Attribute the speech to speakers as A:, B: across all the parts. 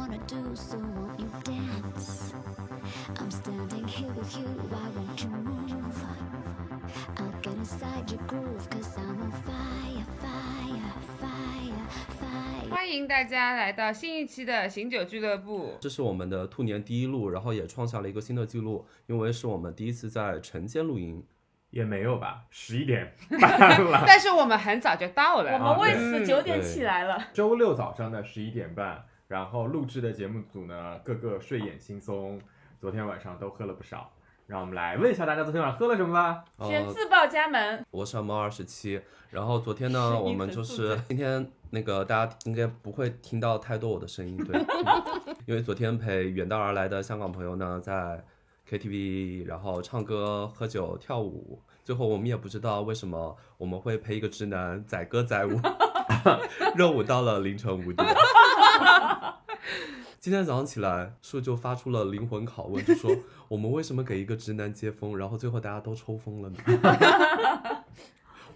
A: so won't you dance? I'm standing here with you, why won't you move? I'll get inside your groove, cause I'm on fire, fire, fire, fire.
B: 欢迎大家来到新一期的醒酒俱乐 部。
C: 这是我们的兔年第一路，然后也创下了一个新的记录，因为是我们第一次在晨间露营。
D: 也没有吧，十一点半了。
B: 但是我们很早就到了，
E: 我们为
D: 对
E: 此九点起来了。
D: 周六早上的十一点半，然后录制的节目组呢，个个睡眼惺忪，昨天晚上都喝了不少。让我们来问一下大家昨天晚上喝了什么吧。
E: 先
B: 哦
C: 呃，
E: 自报家门，
C: 我是猫二十七。然后昨天呢，
E: 声音
C: 我们
E: 很
C: 就
E: 自
C: 是
E: 在
C: 今天那个大家应该不会听到太多我的声音，对，嗯因为昨天陪远道而来的香港朋友呢，在 KTV 然后唱歌、喝酒、跳舞。最后我们也不知道为什么我们会陪一个直男载歌载舞， 热舞到了凌晨五点。 今天早上起来，树就发出了灵魂拷问，就说我们为什么给一个直男接风，然后最后大家都抽风了呢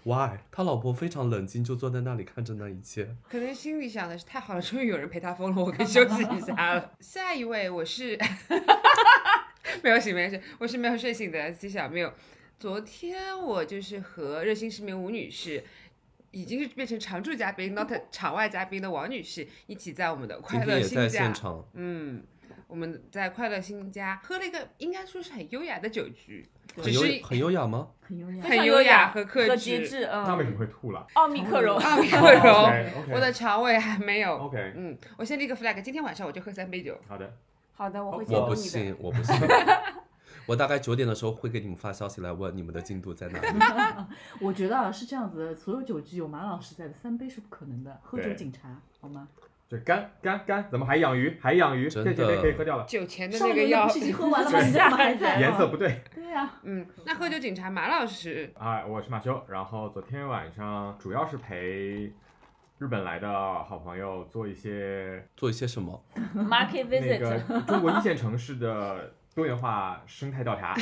C: ？Why？他老婆非常冷静，就坐在那里看着那一切。
B: 可能心里想的是太好了，终于有人陪他疯了，我可以休息一下 了。下一位，我是 没有醒，没有醒，我是没有睡醒的 C 小缪。昨天我就是和热心市民吴女士。已经是变成常驻嘉 宾，not 场外嘉宾的王女士一起在我们的
C: 今
B: 快
C: 天
B: 乐
C: 也在
B: 新
C: 现
B: 家，
C: 场，
B: 嗯，我们在快乐新家喝了一个应该说是很优雅的酒局，
C: 很
B: 只
C: 优
B: 是
C: 很优雅吗？
F: 很优雅
B: 很
E: 非常
B: 优雅
E: 雅
B: 和克制
E: 克节制，
D: 那为什
E: 嗯，
D: 么会吐了
E: 奥密克戎，
B: 奥 密克 戎
D: OK，OK
B: 我的肠胃还没有。
D: ？OK，
B: 嗯，我先立个 flag，今天晚上我就喝三杯酒。
D: 好的，
E: 好的，我会监
C: 我不
E: 督你的。
C: 信，我不信。 我大概九点的时候会给你们发消息来问你们的进度在哪里。
F: 我觉得啊是这样子的，所有酒局有马老师在的，三杯是不可能的。喝酒
D: 对
F: 警察，好吗？
D: 这干干干，怎么还养鱼？还养鱼？
C: 真
D: 这
C: 的
D: 这杯可以喝掉了，
B: 酒前的
F: 上
B: 那
F: 轮
B: 个
F: 的
B: 药
F: 不，是已经喝 完 了吗？
D: 对
F: 你怎么还在啊？
D: 颜色不对。
F: 对呀，
B: 嗯，那喝酒警察马老师，
D: 啊，我是马修。然后昨天晚上主要是陪日本来的好朋友做一些
C: 做一些什 么？
E: Market
D: 那
E: visit，
D: 个中国一线城市的多元化生态调查。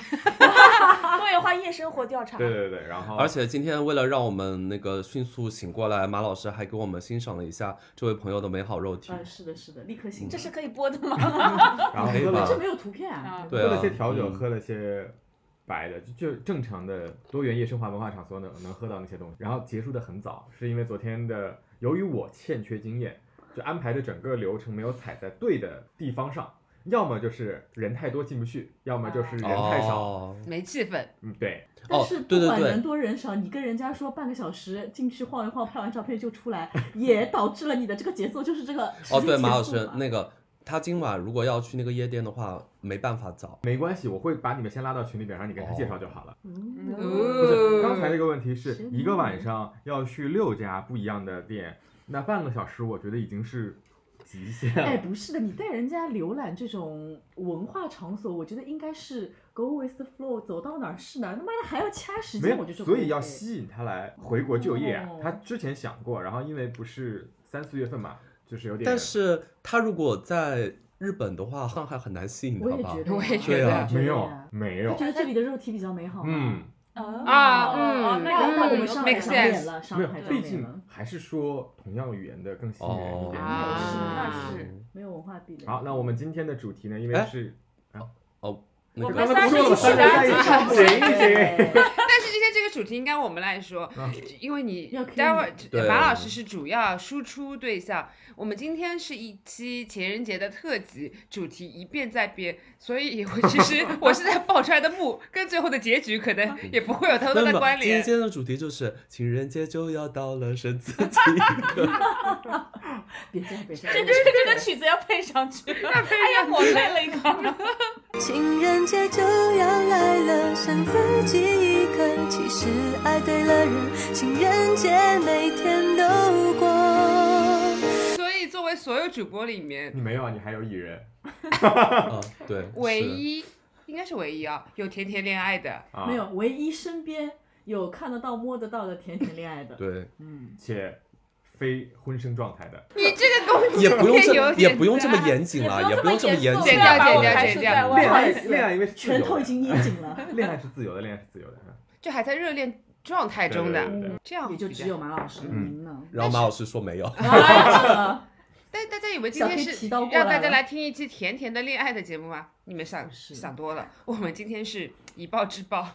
E: 多元化夜生活调查。
D: 对对对，然后
C: 而且今天为了让我们那个迅速醒过来，马老师还给我们欣赏了一下这位朋友的美好肉体。
F: 嗯，是的，是的，立刻醒。
E: 这是可以播的吗？
D: 然后
C: 可以
D: 喝
C: 吧
D: 了
F: 这没有图片啊
E: 啊？
C: 哎对
D: 喝了
C: 啊，
D: 些调酒，
C: 嗯
D: 喝了些白的，就就正常的多元夜生活文化场所能能喝到那些东西。然后结束的很早，是因为昨天的由于我欠缺经验，就安排的整个流程没有踩在对的地方上，要么就是人太多进不去，要么就是人太少。
C: 哦
B: 没气氛，
D: 嗯，对，
F: 但
C: 哦
F: 是
C: 对
F: 不
C: 对
F: 管
C: 对
F: 人多人少，你跟人家说半个小时进去晃一晃，拍完照片就出来，也导致了你的这个节奏就是这个
C: 哦，对，
F: 时间
C: 马老
F: 节奏
C: 师
F: 嘛，
C: 那个他今晚如果要去那个夜店的话，没办法找。
D: 没关系，我会把你们先拉到群里边，然后你跟他介绍就好了。
F: 嗯
D: 不是，
B: 哦，
D: 刚才那个问题是
F: 是
D: 一个晚上要去六家不一样的店，那半个小时我觉得已经是极限了。
F: 哎，不是的，你带人家浏览这种文化场所，我觉得应该是 go with the flow，走到哪儿是哪儿。他妈的还要掐时
D: 没
F: 间，我
D: 有，
F: 就说
D: 所
F: 不
D: 以要
F: OK
D: 吸引他来回国就业啊。
F: 哦
D: 他之前想过，然后因为不是三四月份嘛，就是有点。
C: 但是他如果在日本的话，上海很难吸引
F: 我
C: 他
F: 也
C: 吧
F: 觉？得，
B: 我也觉
C: 对啊
F: 我也觉
D: 没有
F: 呀
D: 没
F: 他
D: 有
F: 觉，得这里的肉体比较美好嘛。
D: 嗯，
E: 哦
B: 啊
E: 哦
B: 嗯
E: 那
F: 那
E: 有
F: 那
E: 可
F: 我
E: 能
F: 们
E: 有
F: 上
E: 可
F: 海
B: make
F: 长
B: sense
E: 能。
F: 脸了，上
D: 没有
F: 海，长
D: 毕
F: 脸
D: 竟
F: 了，
D: 还是说同样语言的更吸引人一
C: 哦
D: 点。嗯
B: 啊
E: 那是
F: 没有文化壁垒。
D: 好， 那我们今天的主题呢，因为
C: 哎
D: 是
C: 那
E: 我
C: 个
E: 们
D: 刚
E: 仨
D: 才不
E: 是
D: 说了吗？三
E: 一起的啊
D: 一起行行。
B: 但是今天这个主题应该我们来说
D: 啊，
B: 因为你
F: 要 cue
B: 待会儿
C: 对
B: 马老师是主要输出对象，我们今天是一期情人节的特辑，主题一变再变，所以我其 实我现在爆出来的幕跟最后的结局可
F: 啊
B: 能也不会有太多
C: 那
B: 的
C: 么
B: 关
C: 今
B: 联。
C: 天的主题就是情人节就要到了，剩 自己一个。
F: 别这样，别这样。
E: 这就是这个曲子要配上 去。哎呀，我配了一个。
G: 情人节就要来了，剩自己一个。其实爱对了人，情人节每天都过。
B: 所以作为所有主播里面
D: 你没有啊？你还有蚁人
C: 嗯，对，
B: 唯
C: 是
B: 一应该是唯一啊，有甜甜恋爱的，
D: 啊？
F: 没，有，唯一身边有看得到、摸得到的甜甜恋爱的。
C: 对，
F: 嗯，
D: 且非婚生状态的。
B: 你这个攻击
C: 也不用
B: 性有
C: 这
B: 点
C: 也不用这么
B: 大
C: 严谨啦，也
E: 也
C: 不
E: 不
C: 用
E: 用
C: 这
E: 这
C: 么
E: 么
C: 严
E: 严肃啊
B: 剪
C: 谨啊
B: 掉
C: 啦。
B: 剪
E: 剪
B: 掉
E: 掉
B: 剪
E: 剪掉
B: 掉
E: 不，
D: 恋
F: 好
D: 爱
F: 意思
D: 恋爱因为是自由
F: 拳
D: 的
F: 头已经捏紧 了。
D: 恋爱是自由的，恋爱是自由的。嗯
B: 就还在热恋状态中的，
D: 对对对对
B: 这样
F: 也就
B: 比较
F: 只有马老师
D: 嗯
F: 您呢。
E: 啊
C: 然后马老师说没有，
F: 啊
B: 但大家真以为今天
F: 小黑
B: 是
F: 提刀过
B: 让
F: 来
B: 大家
F: 了
B: 来听一期甜甜的恋爱的节目吗？你们想
F: 是
B: 想多了，我们今天是以暴制暴。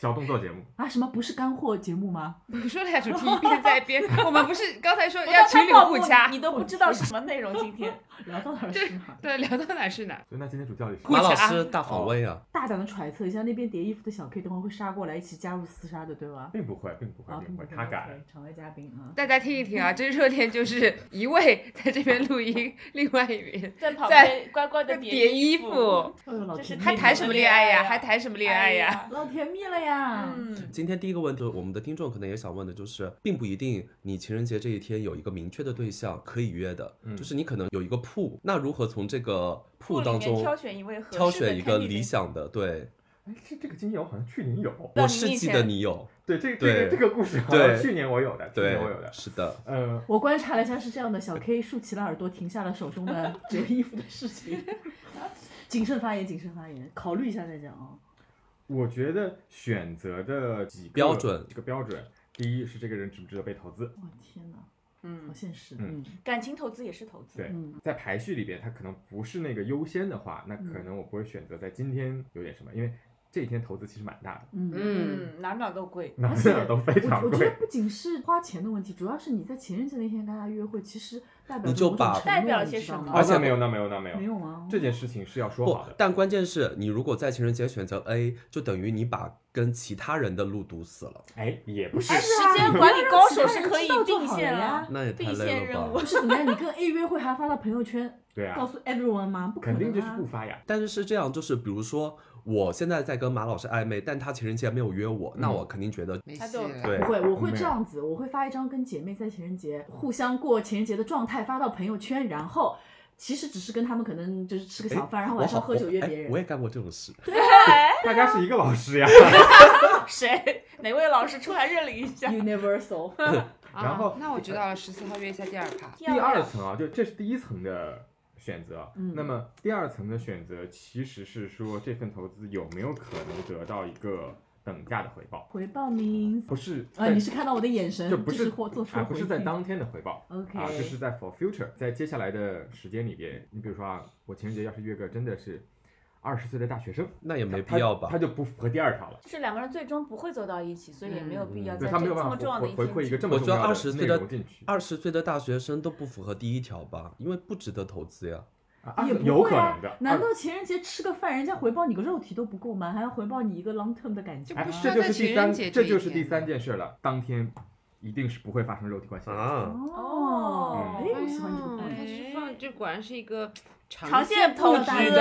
D: 小动作节目，
F: 啊，什么不是干货节目吗？
B: 你说了呀，主题一边在一边，我们不是刚才说
E: 我
B: 要
E: 到
B: 情
E: 川
B: 侣
E: 宝
B: 互
E: 不
B: 掐
E: 你，都不知道是什么内容。今 天
F: 聊到哪儿
B: 对
F: 是哪儿。
B: 对，聊到哪是哪。
D: 所以那今天主教理是
B: 互
C: 马老
B: 掐
C: 师大访问啊，
F: 大胆的揣测一下，那边叠衣服的小 K 等会会杀过来一起加入厮杀的，对吧？
D: 并不会，并不
F: 啊
D: 会，，并
F: 并
D: 不会，
F: 不会
D: 他敢
F: OK，。场外嘉宾啊，
B: 大家听一听啊，这热恋就是一位在这边录音， 另外一 边
E: 在旁
B: 在
E: 边乖乖的
B: 叠衣
E: 衣服，
B: 服，
F: 哎呦老
E: 这是
F: 甜蜜，
B: 还谈什么恋爱呀？还谈什么恋爱呀？
E: 哎呀？
F: 老甜蜜了
B: 哎
F: 呀！
E: 嗯，
C: 今天第一个问题，我们的听众可能也想问的就是，并不一定你情人节这一天有一个明确的对象可以约的，
D: 嗯
C: 就是你可能有一个铺，那如何从这个铺
E: 里
C: 当
E: 面
C: 中
E: 挑选一位合适的
C: 挑选一个
E: candidate
C: 理想的？对，
D: 哎，这这个经验我好像去年有。
C: 我
E: 到你
C: 是
E: 面
C: 记
E: 前
C: 得你有，
D: 对，这这
C: 对
D: 个这个故事好像
C: 对
D: 去年我有的，去
C: 对
D: 年我有的，。
C: 是的，
D: 呃，
F: 我观察了一下，是这样的：小 K 竖起了耳朵，停下了手 中的折衣服的事情。 谨慎发言，谨慎发言，考虑一下再讲啊。
D: 我觉得选择的几个
C: 标准
D: 几个标准，第一是这个人值不值得被投资，
F: 我天哪，好
B: 嗯，
F: 现实。
D: 嗯
E: 感情投资也是投资，
D: 对
F: 嗯，
D: 在排序里边他可能不是那个优先的话，那可能我不会选择在今天有点什么，因为这一天投资其实蛮大的，
F: 嗯嗯。
B: 嗯，
E: 嗯，哪哪都贵。
D: 哪
F: 而且
D: 哪 都非
F: 我
D: 常
F: 我觉得
D: 贵。
F: 不仅是花钱的问题，主要是你在情人节那天跟他约会，其实代表
C: 你就
F: 着某种
C: 把
F: 承诺
E: 代表了
F: 你
E: 些
F: 知道
E: 什么
F: 吗
D: 而
C: 而
D: 且
C: 且
D: 没有，哦那没有，那没有，
F: 没有啊吗？
D: 这件事情是要说
C: 不
D: 好，的。
C: 但关键是你如果在情人节选择 A，就等于你把跟其他人的路堵死了，
D: 哎，也不是
F: 哎，
E: 时间管理高手是可以定线啊，
C: 那也太
E: 定线
C: 累了
E: 任
C: 吧
E: 务
F: 不。是怎么样？你跟 A 约会还发到朋友 圈，
D: 对
F: 告
D: 啊，
F: 诉 everyone 吗？不可
D: 肯
F: 能
D: 定就是
F: 啊
D: 不！发呀。
C: 但是是这样，就是比如说，我现在在跟马老师暧昧，但他情人节没有约我，那
D: 嗯
C: 我肯定觉得
B: 没
E: 他
B: 戏
E: 就
B: 了。
C: 对
F: 不会，我会
D: 没有
F: 这样子，我会发一张跟姐妹在情人节互相过情人节的状态发到朋友圈，然后其实只是跟他们可能就是吃个小饭，然后晚上
C: 哎我好
F: 喝酒约别
C: 哎我也
F: 人。
C: 干过这种事，
F: 哎
D: 大家是一个老师呀。
E: 谁哪位老师出来认领一 下？
F: Universal，
D: 然后
B: 啊那我知道了，十四号约一下第二趴。
E: 第
D: 第二层啊，就这是第一层的选择。
F: 嗯
D: 那么第二层的选择其实是说这份投资有没有可能得到一个等价的回报，
F: 回报 means
D: 不是
F: 啊，
D: 在
F: 你是看到我的眼神，
D: 这不
F: 是
D: 是
F: 或做出
D: 啊，
F: 了
D: 不
F: 回
D: 是在
F: 避
D: 当天的回报
F: OK
D: 啊，这是在 for future，在接下来的时间里边，你比如说啊，我情人节要是约个真的是二十岁的大学生，
C: 那也没
D: 他
C: 必要吧
D: 他？就不符合第二条了。
E: 就是两个人最终不会走到一起，所以也没有必要
D: 嗯对
E: 在
D: 他
E: 这
D: 没
E: 这
D: 有办
E: 么
D: 法
E: 重要的
D: 回
E: 一
D: 回
E: 天
D: 馈一个这
E: 去
D: 么
C: 我
D: 重
C: 觉得
D: 要
C: 20
D: 的内
C: 岁的
D: 容进去，
C: 二十岁的大学生都不符合第一条吧？因为不值得投资呀。
D: 啊20
F: 也不
D: 有
F: 会
D: 可
F: 啊
D: 能的。
F: 难
D: 啊
F: 道情人节吃个饭，人家回报你个肉体都不够吗？还要回报你一个 long term 的感情
B: 就
F: 吗？
D: 哎
B: 不，需
D: 这
B: 要
D: 就
B: 在
D: 是
B: 情
D: 第
B: 人
D: 三，
B: 节
D: 这
B: 这一
D: 就是第
B: 天
D: 三件事了。当天一定是不会发生肉体关系的。
F: 嗯
C: 啊，
E: 哦
F: 哎，我喜欢这个
B: 哎
F: 观
B: 呀他
F: 点。
B: 是放，这果然是一个
E: 长线投资
B: 的嗯
F: 是
D: 因
F: 的
D: 为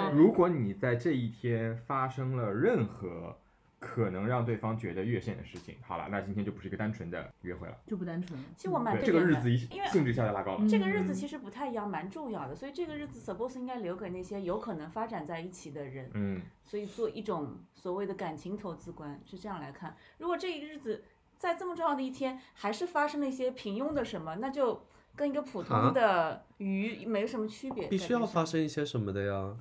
E: 啊
D: 如果你在这一天发生了任何可能让对方觉得越线的事情，好了，那今天就不是一个单纯的约会了。
F: 就不单纯。嗯
E: 其实我
F: 啊
E: 蛮
D: 对，
E: 对
D: 这个
E: 的
D: 日子一
E: 因为嗯
D: 性质一下就拉高了。
E: 这个日子其实不太一样，蛮重要的，所以这个日子 suppose 应该留给那些有可能发展在一起的人。
D: 嗯，
E: 所以做一种所谓的感情投资观是这样来看。如果这一日子在这么重要的一天还是发生了一些平庸的什么，那就跟一个普通的鱼没什么区别。
C: 必须要发
E: 感觉上。
C: 生一些什么的呀？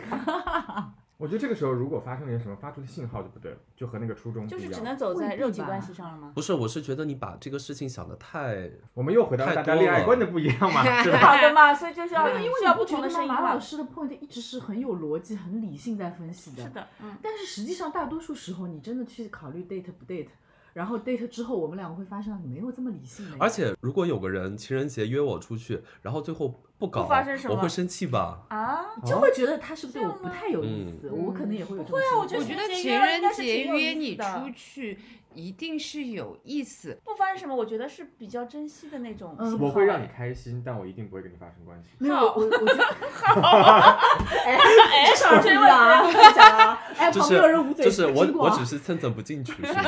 D: 我觉得这个时候如果发生点什么，发出的信号就不对了，就和那个初衷不
E: 就是
D: 一
E: 只
D: 样。
E: 能走在
F: 未必
E: 肉体
F: 吧
E: 关系上了 吗？
C: 不是，我是觉得你把这个事情想的太……
D: 我们又回到
C: 太
D: 大家
C: 多
D: 恋爱
C: 了
D: 观的不一样嘛， 是吧？
E: 好的嘛，所以就是要
F: 啊因为
E: 需
F: 你
E: 要
F: 不觉
E: 同
F: 得
E: 的
F: 吗
E: 声音
F: 马
E: 嘛
F: 老。师的 point 一直是很有逻辑、很理性在分析的。
E: 是。的，嗯，
F: 但是实际上，大多数时候你真的去考虑 date 不 date，然后 date 之后，我们两个会发现你没有这么理性的。
C: 而且如果有个人情人节约我出去，然后最后不搞，
E: 不发生什么
C: 我会生气吧？
E: 啊，
F: 就会觉得他是不是对我
E: 这样
F: 不
E: 吗
F: 太有意思，
B: 嗯
F: 我可能也会有这种
E: 会啊
F: 心
E: 我觉
B: 我
E: 得
F: 态
B: 觉得
E: 情
B: 情
E: 人
B: 人
E: 节
B: 节
E: 应该是挺有
B: 约
E: 意思
B: 你
E: 的
B: 出去一定是有意思，
E: 不发生什么，我觉得是比较珍惜的那种
F: 嗯
E: 信号。
D: 我会让你开心，但我一定不会跟你发生关系。
F: 没有，
E: 好
F: 我我我觉得
E: 哎，
F: 至少是
E: 追
F: 不
E: 问
F: 啊，我跟你讲啊，哎，
C: 就
F: 旁
C: 是
F: 边有人捂嘴
C: 就是我
F: 经过
C: 我
F: 啊
C: 只是蹭蹭不进去，是 吗？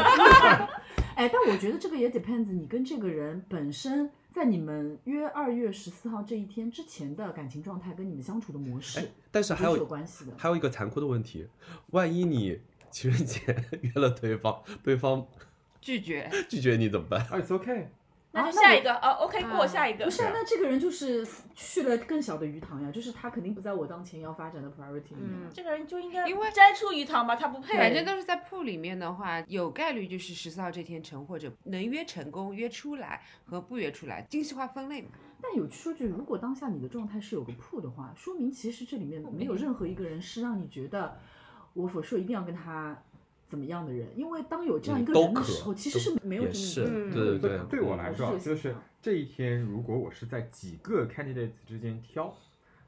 F: 哎，但我觉得这个也 depends 你跟这个人本身在你们约二月十四号这一天之前的感情状态跟你们相处的模式
C: 但是哎
F: 都
C: 还
F: 是有
C: 有
F: 关
E: 啊
F: 系的。
C: 还有一个残酷的问题，万一你情人节 约了对方，对方
B: 拒绝。
C: 拒绝你怎么办？
D: 啊，it's okay，
E: 那就
F: 啊那
E: 下
F: 我
E: 一个啊，OK 过下一个
F: 不。是、
D: 对
F: 啊，
D: 啊
F: 那这个人就是去了更小的鱼塘呀，就是他肯定不在我当前要发展的 priority 里面。
B: 嗯
E: 这个人就应该
B: 因为
E: 摘出鱼塘吧，他不配。
B: 反正都是在铺里面的话，有概率就是十四号这天成或者能约成功、约出来和不约出来，精细化分类嘛。
F: 但有数据，如果当下你的状态是有个铺的话，说明其实这里面没有任何一个人是让你觉得我否说一定要跟他怎么样的人，因为当有这样一
C: 嗯
F: 个
C: 都
F: 人的
C: 可
F: 时候，其实是没有
C: 也
F: 这么一
C: 是
F: 个
B: 嗯，
C: 对对对，
D: 对我来说啊，
F: 我是这
D: 就
F: 个
D: 是
F: 想法
D: 这一天，如果我是在几个 candidates 之间挑，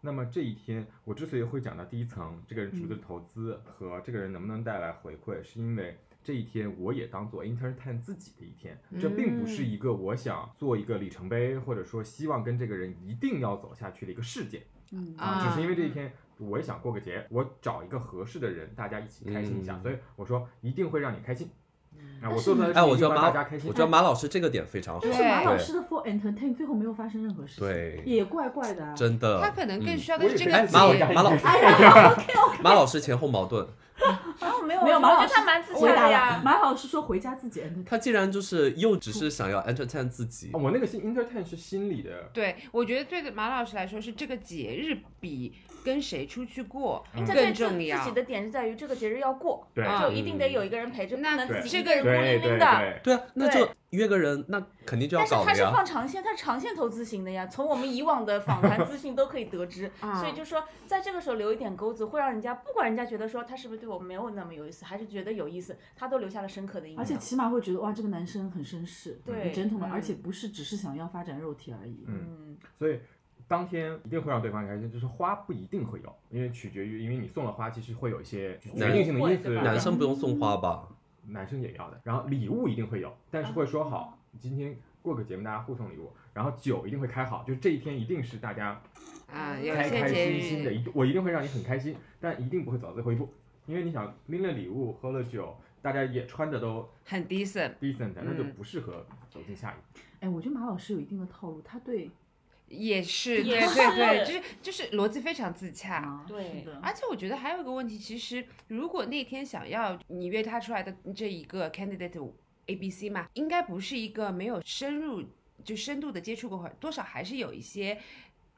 D: 那么这一天我之所以会讲到第一层，这个人值不值得投资和这个人能不能带来回馈，是因为。这一天我也当做 intern time 自己的一天，这并不是一个我想做一个里程碑，或者说希望跟这个人一定要走下去的一个事件
F: 嗯
B: 啊
D: 只是因为这一天我也想过个节，我找一个合适的人，大家一起开心一下，
C: 嗯
D: 所以我说一定会让你开心。啊，我
F: 但是
D: 做出来
F: 你
D: 的
C: 哎，
D: 事
C: 我
D: 情
C: 觉得
D: 让
C: 马
D: 大
C: 老
D: 家开心。
C: 我觉得马老师这个点非常好
F: 但，是马
B: 对
F: 老师的 for entertain 最后没有发生任何事情，
C: 对
F: 也怪怪的啊。
C: 真的。
B: 他可能更
C: 嗯
B: 需要的
D: 我
B: 是
D: 也
B: 这
D: 是
B: 个
D: 开
B: 节
D: 心
C: 马老
D: 一下
C: 马老
F: 哎呀，
C: 马老师前后矛盾，
E: 然后没有，
F: 没有
E: 我
F: 马
E: 觉
F: 老
E: 得
F: 师
E: 他蛮自洽
F: 回答
E: 的
F: 了。
E: 呀。
F: 马老师说回家自己 entertain，
C: 他竟然就是又只是想要 entertain 自己
D: 哦，，我那个是 entertain 是心理的，
B: 对，我觉得对的马老师来说是这个节日比跟谁出去过
E: 哎这
B: 更
E: 对自
B: 重
E: 自
B: 要
E: 己。的点是在于这个节日要过，
D: 对
B: 啊
E: 就一定得有一个人陪着，不
B: 那
E: 能自己
B: 这
E: 一
B: 个
E: 个人孤
D: 对
E: 零
D: 对
E: 零的。
D: 对，
C: 对啊，那
E: 对
C: 就约个人，那肯定就
E: 但
C: 要
E: 是
C: 搞
E: 他
C: 了
E: 是
C: 呀。
E: 放长线，他是长线投资型的呀。从我们以往的访谈资讯都可以得 知，
B: 啊
E: 所以就说在这个时候留一点钩子，会让人家不管人家觉得说他是不是对我没有那么有意思，还是觉得有意思，他都留下了深刻的
B: 嗯
E: 印
F: 而且
E: 象。
F: 起码会觉得哇，这个男生很绅士，
E: 对
F: 很 gentleman，、
E: 嗯
F: 而且不是只是想要发展肉体而已。
D: 嗯
E: 嗯，
D: 所以当天一定会让对方开心，就是花不一定会有，因为取决于，因为你送了花，其实会有一些决定性的因素，
E: 男
C: 男生不用送花吧？
D: 男生也要的，然后礼物一定会有，但是会说
B: 啊
D: 好今天。过个节目，大家互送礼物，然后酒一定会开好，就是这一天一定是大家
B: 啊，有
D: 开
B: 一些
D: 开
B: 节
D: 心心的，
B: 日
D: 一定我一定会让你很开心，但一定不会走到最后一步，因为你想拎了礼物，喝了酒，大家也穿的都
B: 很 decent，
D: decent，那就
B: 嗯
D: 不适合走进下一步。
F: 哎，我觉得马老师有一定的套路，他对
B: 也是
E: 也
B: 对对对，
E: 是嗯
B: 就是就是逻辑非常自洽。
F: 啊，
E: 对
F: 是的
B: 而且我觉得还有一个问题，其实如果那天想要你约他出来的这一个 candidate A B C 嘛，应该不是一个没有深入就深度的接触过，或者多少还是有一些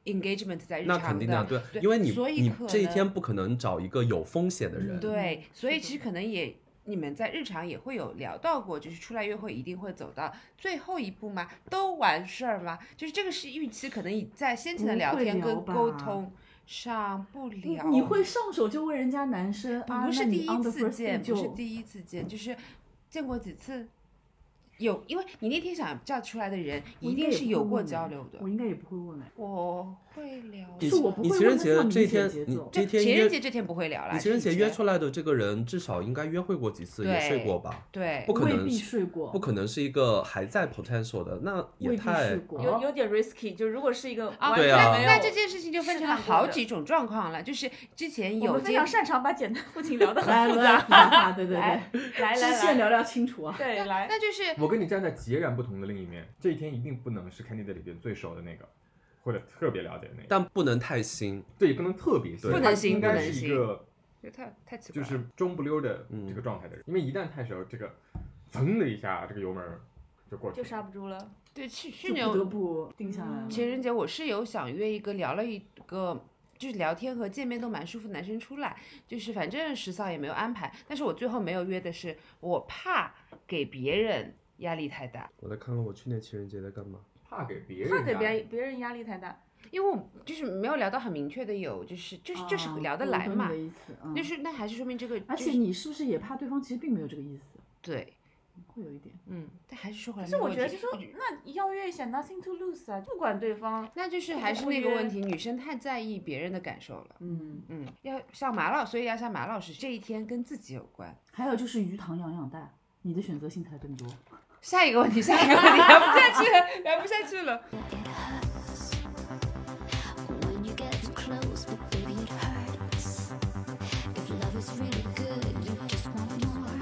B: engagement 在日
C: 那
B: 常的。
C: 肯定的，对，
B: 对
C: 因为你
B: 所以
C: 你
B: 可
C: 这一
B: 能
C: 天不可能找一个有风险的人，
B: 对，所以
F: 是的
B: 其实可能也你们在日常也会有聊到过，就是出来约会一定会走到最后一步吗？都完事儿吗？就是这个是预期，可能你在先前的
F: 不
B: 聊
F: 会
B: 天
F: 聊
B: 跟
F: 吧
B: 沟通上不
F: 你
B: 聊。
F: 你会上手就问人家男生啊，
B: 不是
F: 那
B: 第
F: 你
B: 一
F: on the
B: 次
F: first date
B: 见，
F: 就
B: 不是第一次见，就是见过几次。有，因为你那天想叫出来的人，
F: 我
B: 一
F: 应该
B: 定
F: 也
B: 是
F: 不
B: 有
F: 会
B: 过
F: 问
B: 交
F: 的
B: 流的
F: 我。应该也不会问哎，
B: 我会聊的，
C: 你
F: 是我不
C: 你
F: 会
C: 情人
F: 问他
C: 节
F: 这么
C: 这
F: 明显
C: 天
F: 的节，
C: 你
F: 奏
C: 这天
B: 情人节
C: 约
B: 这天不会聊啦。
C: 你情人
B: 是
C: 节
B: 以
C: 约
B: 前
C: 出来的这个人，至少应该约会过几次，也睡
B: 对
C: 过吧？
B: 对
C: 不可
F: 未
C: 能
F: 必
C: 是
F: 睡过，
C: 不可能是一个还在 potential 的，那也
F: 未必
C: 太
F: 睡过。
E: 有有点 risky，就如果是一个
B: 啊，
E: 完
C: 对
E: 全
C: 啊
E: 没有，
B: 那这件事情就分成了
E: 试探过
B: 好
E: 的
B: 几种状况了，就是之前
E: 我
B: 有
E: 们非
B: 接
E: 常擅长把简单事情 聊得
F: 来
E: 很复
F: 来
E: 杂
F: 复。 杂，对对对
E: 来，来
F: 支
E: 来
F: 线
E: 来，
F: 聊聊清楚啊。
E: 对来，
B: 那就是
D: 我跟你站在截然不同的另一面，这一天一定不能是 Candy 的里边最熟的那个，或者特别了解的那个，
C: 但不能太新。
D: 这也不能特别新，
C: 不
B: 能
D: 它
B: 新
D: 应
B: 不
D: 该
B: 能
D: 是
B: 新
D: 一个
B: 就太太奇怪
D: 就
B: 了，
D: 是中不溜的
C: 嗯
D: 这个状态的人，因为一旦太熟，这个噌的一下，这个油门儿就过去
E: 就
D: 了。
E: 刹不住了。
B: 对去去
F: 就
B: 年
F: 不得不定下来了。
B: 情人节我是有想约一个聊了一个。就是聊天和见面都蛮舒服，男生出来就是反正十四号也没有安排，但是我最后没有约的是，我怕给别人压力太大，
C: 我再看看我去年情人节在干嘛。
D: 怕给别人，
E: 怕给别人别人压力太大，
B: 因为我就是没有聊到很明确的有就是就是就是
F: 啊
B: 聊得来
F: 我
B: 嘛
F: 懂你，的意思，嗯
B: 就。是那还是说明这个、就是，
F: 而且你是不是也怕对方其实并没有这个意思？
B: 对，
F: 会有一点。
B: 嗯，但还是说回来
E: 但
B: 那
E: 是
B: 个
E: 我
B: 问题，
E: 觉得就说那邀约一下，nothing to lose 啊，不管对方。
B: 那就是还是那个问题，女生太在意别人的感受了。
F: 嗯，
B: 嗯，要像马老，所以要像马老师这一天跟自己有关。
F: 还有就是鱼塘养养蛋，你的选择性才更多。
B: 下一个问题，下一个问题，聊不下去了，聊不下去了。
A: It hurts when you get too close, but baby, it hurts. If love is really good, you just want more.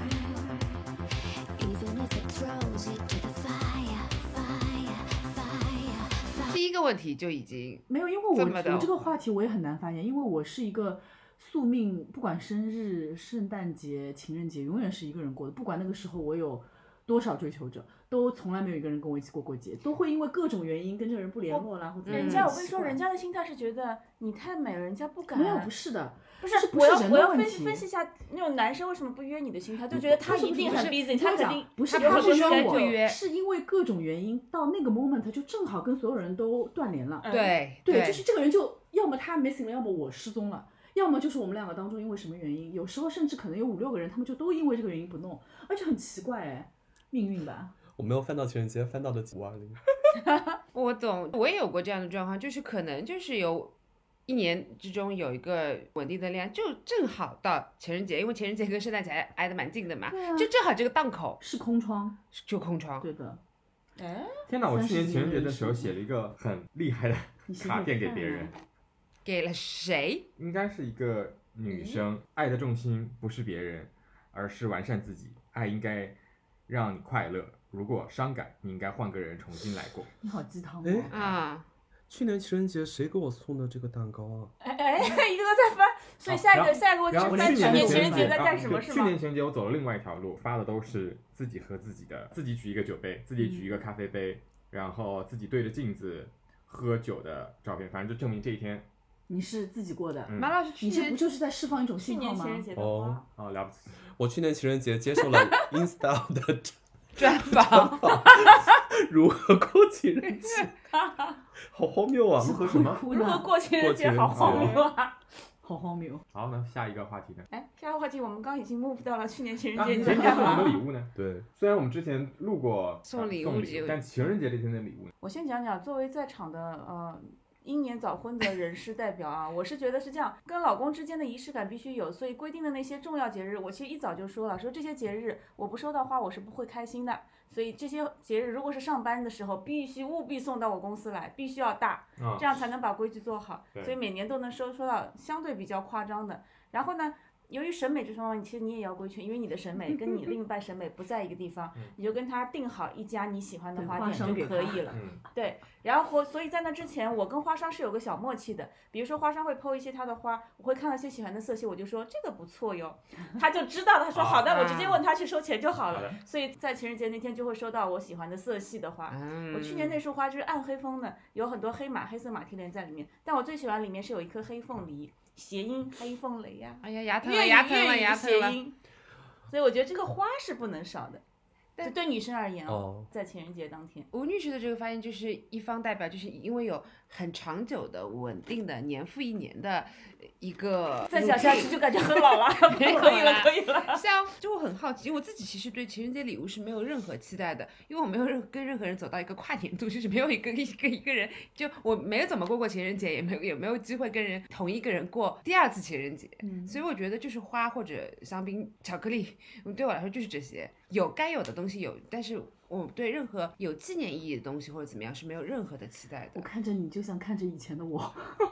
A: Even if it throws you to the fire, fire, fire, fire.
B: 第一个问题就已经
F: 没有，因为我
B: 这么的
F: 我这个话题我也很难发言，因为我是一个宿命，不管生日、圣诞节、情人节，永远是一个人过的，不管那个时候我有多少追求者，都从来没有一个人跟我一起过过节，都会因为各种原因跟这个人不联络啦，或者
E: 人家，
F: 嗯
E: 我跟你说，人家的心态是觉得你太美了，人家不敢。
F: 没有不是的，
E: 不是
F: 是，不
E: 我
F: 是
E: 要
F: 人
E: 我
F: 的
E: 要
F: 问
E: 分析
F: 题
E: 分析一下那种男生为什么不约你的心态，就觉得他一定很 busy，他肯定
F: 不是
E: 他
F: 他
E: 不
F: 不
E: 约
F: 约
B: 不
E: 就
B: 约
F: 我，是因为各种原因，到那个 moment 他就正好跟所有人都断联了。
E: 嗯
B: 对
F: 对，就是这个人就要么他 missing 了，要么我失踪了，要么就是我们两个当中因为什么原因，有时候甚至可能有五六个人，他们就都因为这个原因不弄，而且很奇怪哎，命运吧。
C: 我没有翻到情人节，翻到的五二零。
B: 我懂，我也有过这样的状况，就是可能就是有一年之中有一个稳定的恋爱，就正好到情人节，因为情人节跟圣诞节挨挨得蛮近的嘛，
F: 对啊
B: 就正好这个档口
F: 是空窗，
B: 就空窗。
F: 对的。
E: 哎，
D: 天哪！我去
F: 三十
D: 年
F: 几
D: 情人节
F: 年
D: 的时候
F: 是
D: 写了一个很厉害的
F: 你写
D: 卡
F: 给
D: 片给
F: 谁
D: 别
F: 啊
D: 人，
B: 给了谁？
D: 应该是一个女生，爱的重心不是别人，而是完善自己。爱应该让你快乐，如果伤感，你应该换个人重新来过。
F: 你好鸡汤哦
C: 哎。
B: 啊、
C: 去年情人节谁给我送的这个蛋糕啊？
E: 哎哎，一个个在翻，所以
D: 好
E: 下一
D: 然
E: 个
D: 后
E: 下一个问题
D: 然后
E: 是
D: 去年
E: 翻去年
D: 的
E: 情人节
D: 节
E: 在
D: 啊
E: 干什么
D: 对
E: 是
D: 去
E: 吗？
D: 年情人节我走了另外一条路，发的都是自己和自己的，自己举一个酒杯，自己举
E: 嗯
D: 一个咖啡杯，然后自己对着镜子喝酒的照片，反正就证明这一天，
F: 你是自己过的，
D: 嗯，
B: 马老师去
F: 你这
B: 年
F: 不就是在释放一种
E: 去
F: 信号
E: 年
F: 吗
E: 情？人节的
C: 哦
E: 花，
D: 哦，了不起，
C: 我去年情人节接受了 Insta 的
B: 专 访，
C: 如何过情人 节，好荒谬啊！
F: 是
D: 和什么
F: 哭
E: 如何
F: 呢？
E: 过情
C: 过
E: 人节
C: 情人
E: 好荒
D: 节
E: 谬啊！
F: 好荒谬。
D: 好，那下一个话题呢？
E: 哎，下一个话题我们刚刚已经 move 到了去年情人
D: 啊
E: 节
D: 情
E: 你
D: 人
E: 在
D: 节送
E: 干
D: 什么
E: 嘛？
D: 礼物呢？
C: 对，
D: 虽然我们之前录过啊
B: 送礼
D: 礼
B: 物节
D: 但情人节这天的礼物呢，
E: 我先讲讲作为在场的呃英年早婚的人士代表啊，我是觉得是这样，跟老公之间的仪式感必须有，所以规定的那些重要节日，我其实一早就说了，说这些节日我不收到花我是不会开心的，所以这些节日如果是上班的时候，必须务必送到我公司来，必须要大，
D: 啊
E: 这样才能把规矩做好。
D: 对
E: 所以每年都能收收到相对比较夸张的。然后呢，由于审美这方面，其实你也要规劝，因为你的 审美跟你另一半审美不在一个地方
D: 嗯，
E: 你就跟他定好一家你喜欢的
F: 对
E: 花
F: 花
E: 店
F: 商
E: 就
F: 给
E: 可
F: 他
E: 以了。
D: 嗯，
E: 对，然后所以在那之前，我跟花商是有个小默契的。比如说花商会抛一些他的花，我会看到一些喜欢的色系，我就说这个不错 哟，他就知道，他说好的，我直接问他去收钱就好
D: 啊好
E: 了
D: 的。
E: 所以在情人节那天就会收到我喜欢的色系的花。
B: 嗯
E: 我去年那束花就是暗黑风的，有很多黑马、黑色马蹄莲在里面，但我最喜欢里面是有一颗黑凤梨，谐音黑凤雷呀、
B: 哎呀牙疼
E: 粤
B: 了
E: 语
B: 牙疼了
E: 粤语
B: 牙
E: 的
B: 疼
E: 谐
B: 了，
E: 音。所以我觉得这个花是不能少的，
B: 但
E: 就对女生而言啊、
C: 哦，
E: 在情人节当天。
B: 吴女士的这个发言就是一方代表，就是因为有很长久的、稳定的、年复一年的一个。
E: 再讲下去就感觉很老了，可以了，可以 了。
B: 像就我很好奇，我自己其实对情人节礼物是没有任何期待的，因为我没有任跟任何人走到一个跨年度， 就是没有一个一个一个人，就我没有怎么过过情人节，也没有也没有机会跟人同一个人过第二次情人节，
F: 嗯
B: 所以我觉得就是花或者香槟、巧克力，嗯对我来说就是这些，有该有的东西有，但是我对任何有纪念意义的东西或者怎么样是没有任何的期待
F: 我
B: 的。
F: 看着你就像看着以前的我，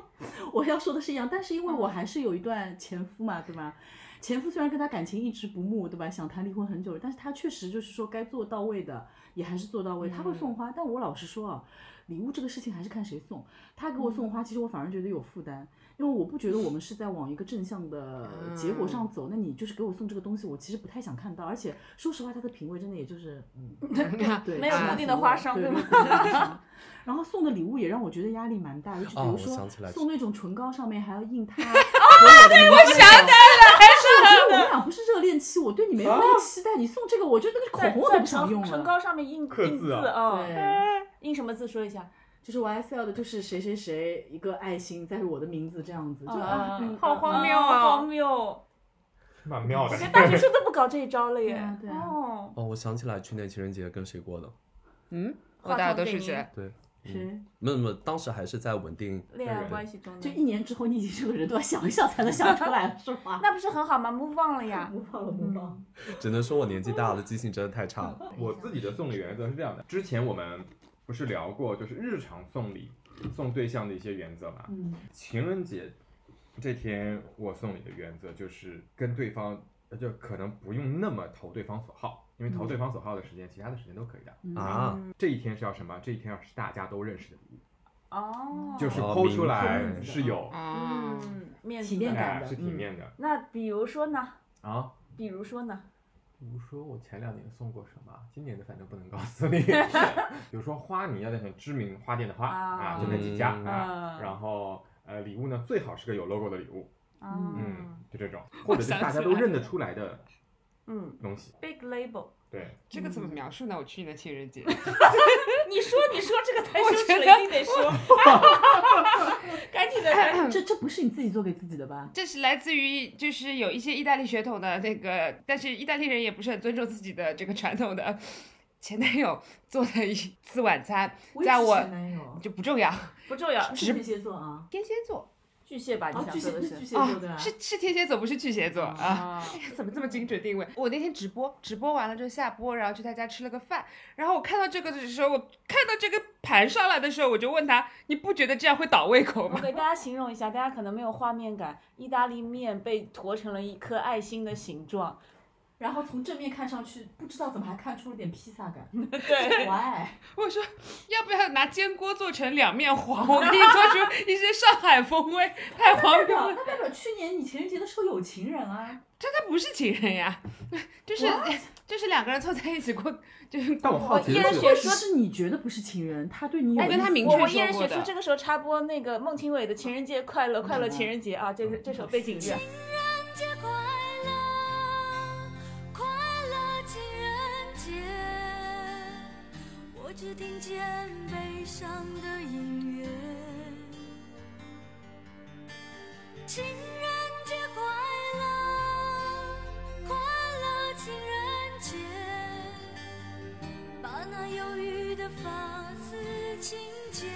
F: 我要说的是一样，但是因为我还是有一段前夫嘛，对吧？前夫虽然跟他感情一直不睦，对吧？想谈离婚很久了，但是他确实就是说该做到位的也还是做到位，他会送花。但我老实说啊，礼物这个事情还是看谁送。他给我送花，其实我反而觉得有负担，因为我不觉得我们是在往一个正向的结果上走。那你就是给我送这个东西，我其实不太想看到。而且说实话，他的品味真的也就是嗯。 对，
E: 没有
F: 是
E: 固定的花商
F: 对
E: 对吗
F: 没有固定的 花商然后送的礼物也让我觉得压力蛮大，就比
C: 哦
F: 如
C: 我
F: 说、
C: 想起来
F: 送那种唇膏上面还要 印他和
E: 哦
F: 我的名字。我想起来 了，但是我觉得我们俩不是热恋期，我对你没有那个期待，你送这个，我觉得那个口红我都
E: 哦在
F: 不想用啊
E: 唇唇
F: 了。
E: 膏上面印印
D: 刻
E: 字
D: 字啊
E: 啊，
F: 对，
E: 印什么字说一下？
F: 就是 YSL 的，就是谁谁谁一个爱心，再是我的名字这样子，就啊，嗯
E: 哦好荒谬啊！好荒谬！
D: 蛮妙的
E: 现。在大学生都不搞这一招了
F: 对
E: 耶
F: 啊。对啊
E: 哦，
C: 哦，我想起来去年情人节跟谁过的？
B: 嗯，我
E: 话
B: 大
E: 筒
B: 多
E: 给
B: 数
E: 您
B: 觉得
C: 对，
F: 谁？
C: 没有没有，当时还是在稳定。
E: 恋爱关系中
F: 就
E: 的，
F: 一年之后，你已经是个人，都要想一想才能想出来，是 吗？
E: 那不是很好吗？move on 了呀。
F: 不放了，不放。
C: 只能说我年纪大了，记性真的太差了。
D: 我自己的送礼原则是这样的，之前我们不是聊过，就是日常送礼送对象的一些原则嘛。
F: 嗯，
D: 情人节这天我送礼的原则就是跟对方，呃就可能不用那么投对方所好，因为投对方所好的时间，其他的时间都可以的。
F: 嗯
C: 啊，
D: 这一天是要什么？这一天要是大家都认识的礼物，
E: 哦，
D: 就是
C: 哦
D: 抠
C: 明
D: 出来
F: 白
D: 是有，
B: 啊，
E: 嗯，面
F: 体
E: 子。
D: 哎
F: 面感的
D: 是体面的
E: 那比如说呢？
D: 啊。
E: 比如说呢？
D: 比如说我前两年送过什么，今年的反正不能告诉你。比如说花，你要那种知名花店的花
E: 啊
D: 啊，就那几家
C: 嗯
D: 啊。
E: 嗯
D: 然后呃，礼物呢最好是个有 logo 的礼物，嗯
E: 嗯，
D: 就这种，或者是大家都认得出来的
E: 嗯
D: 东西。
E: ，big label，
D: 对，
B: 这个怎么描述呢？我去年的情人节，
E: 你说你说这个太
B: 我
E: 羞耻
B: 觉
E: 了，
B: 得
E: 一定得说， 赶紧的，赶紧
F: 嗯这这不是你自己做给自己的吧？
B: 这是来自于就是有一些意大利血统的那个，但是意大利人也不是很尊重自己的这个传统的前男友做的一次晚餐，在我
F: 男友
B: 就不重要。
E: 不重要，
F: 是巨蟹座啊，
B: 天蝎座
E: 巨蟹吧，你
F: 哦，
E: 想
F: 巨
E: 说
F: 蟹
E: 的
F: 是
E: 是
F: 巨蟹座的啊，
B: 是是天蝎座，不是巨蟹座啊。
E: 啊，
B: 怎么这么精准定位？我那天直播，直播完了之后下播，然后去他家吃了个饭。然后我看到这个的时候，我看到这个盘上来的时候，我就问他：“你不觉得这样会倒胃口
E: 我
B: 吗
E: 给大家形容一下，大家可能没有画面感，意大利面被坨成了一颗爱心的形状，
F: 然后从正面看上去，不知道怎么还看出了点披萨感。
E: 对，
F: Why？？”
B: 我说：“要不要拿煎锅做成两面黄？ 我可以做出一些上海风味，太
F: 代
B: 荒谬
F: 表
B: 了。
F: 那代表去年你情人节的时候有情人啊，”
B: 他不是情人呀， 就是 就是两个人凑在一起过， 就是
D: 但我好奇的
E: 我依然
D: 是
E: 学，
F: 或者是你觉得不是情人，他对你有
B: 我跟
F: 意
B: 他
F: 思
B: 明
E: 哎我
B: 确
E: 我依
B: 说
E: 然
B: 过
E: 学出
B: 的
E: 这。个时候插播那个孟庭苇的《情人节快乐，快乐情人节》啊，这是这首背景乐。
A: 情人节快乐，快乐情人节。我只听见悲伤的音乐。情人节快乐，快乐情人节。把那忧郁的发丝轻剪。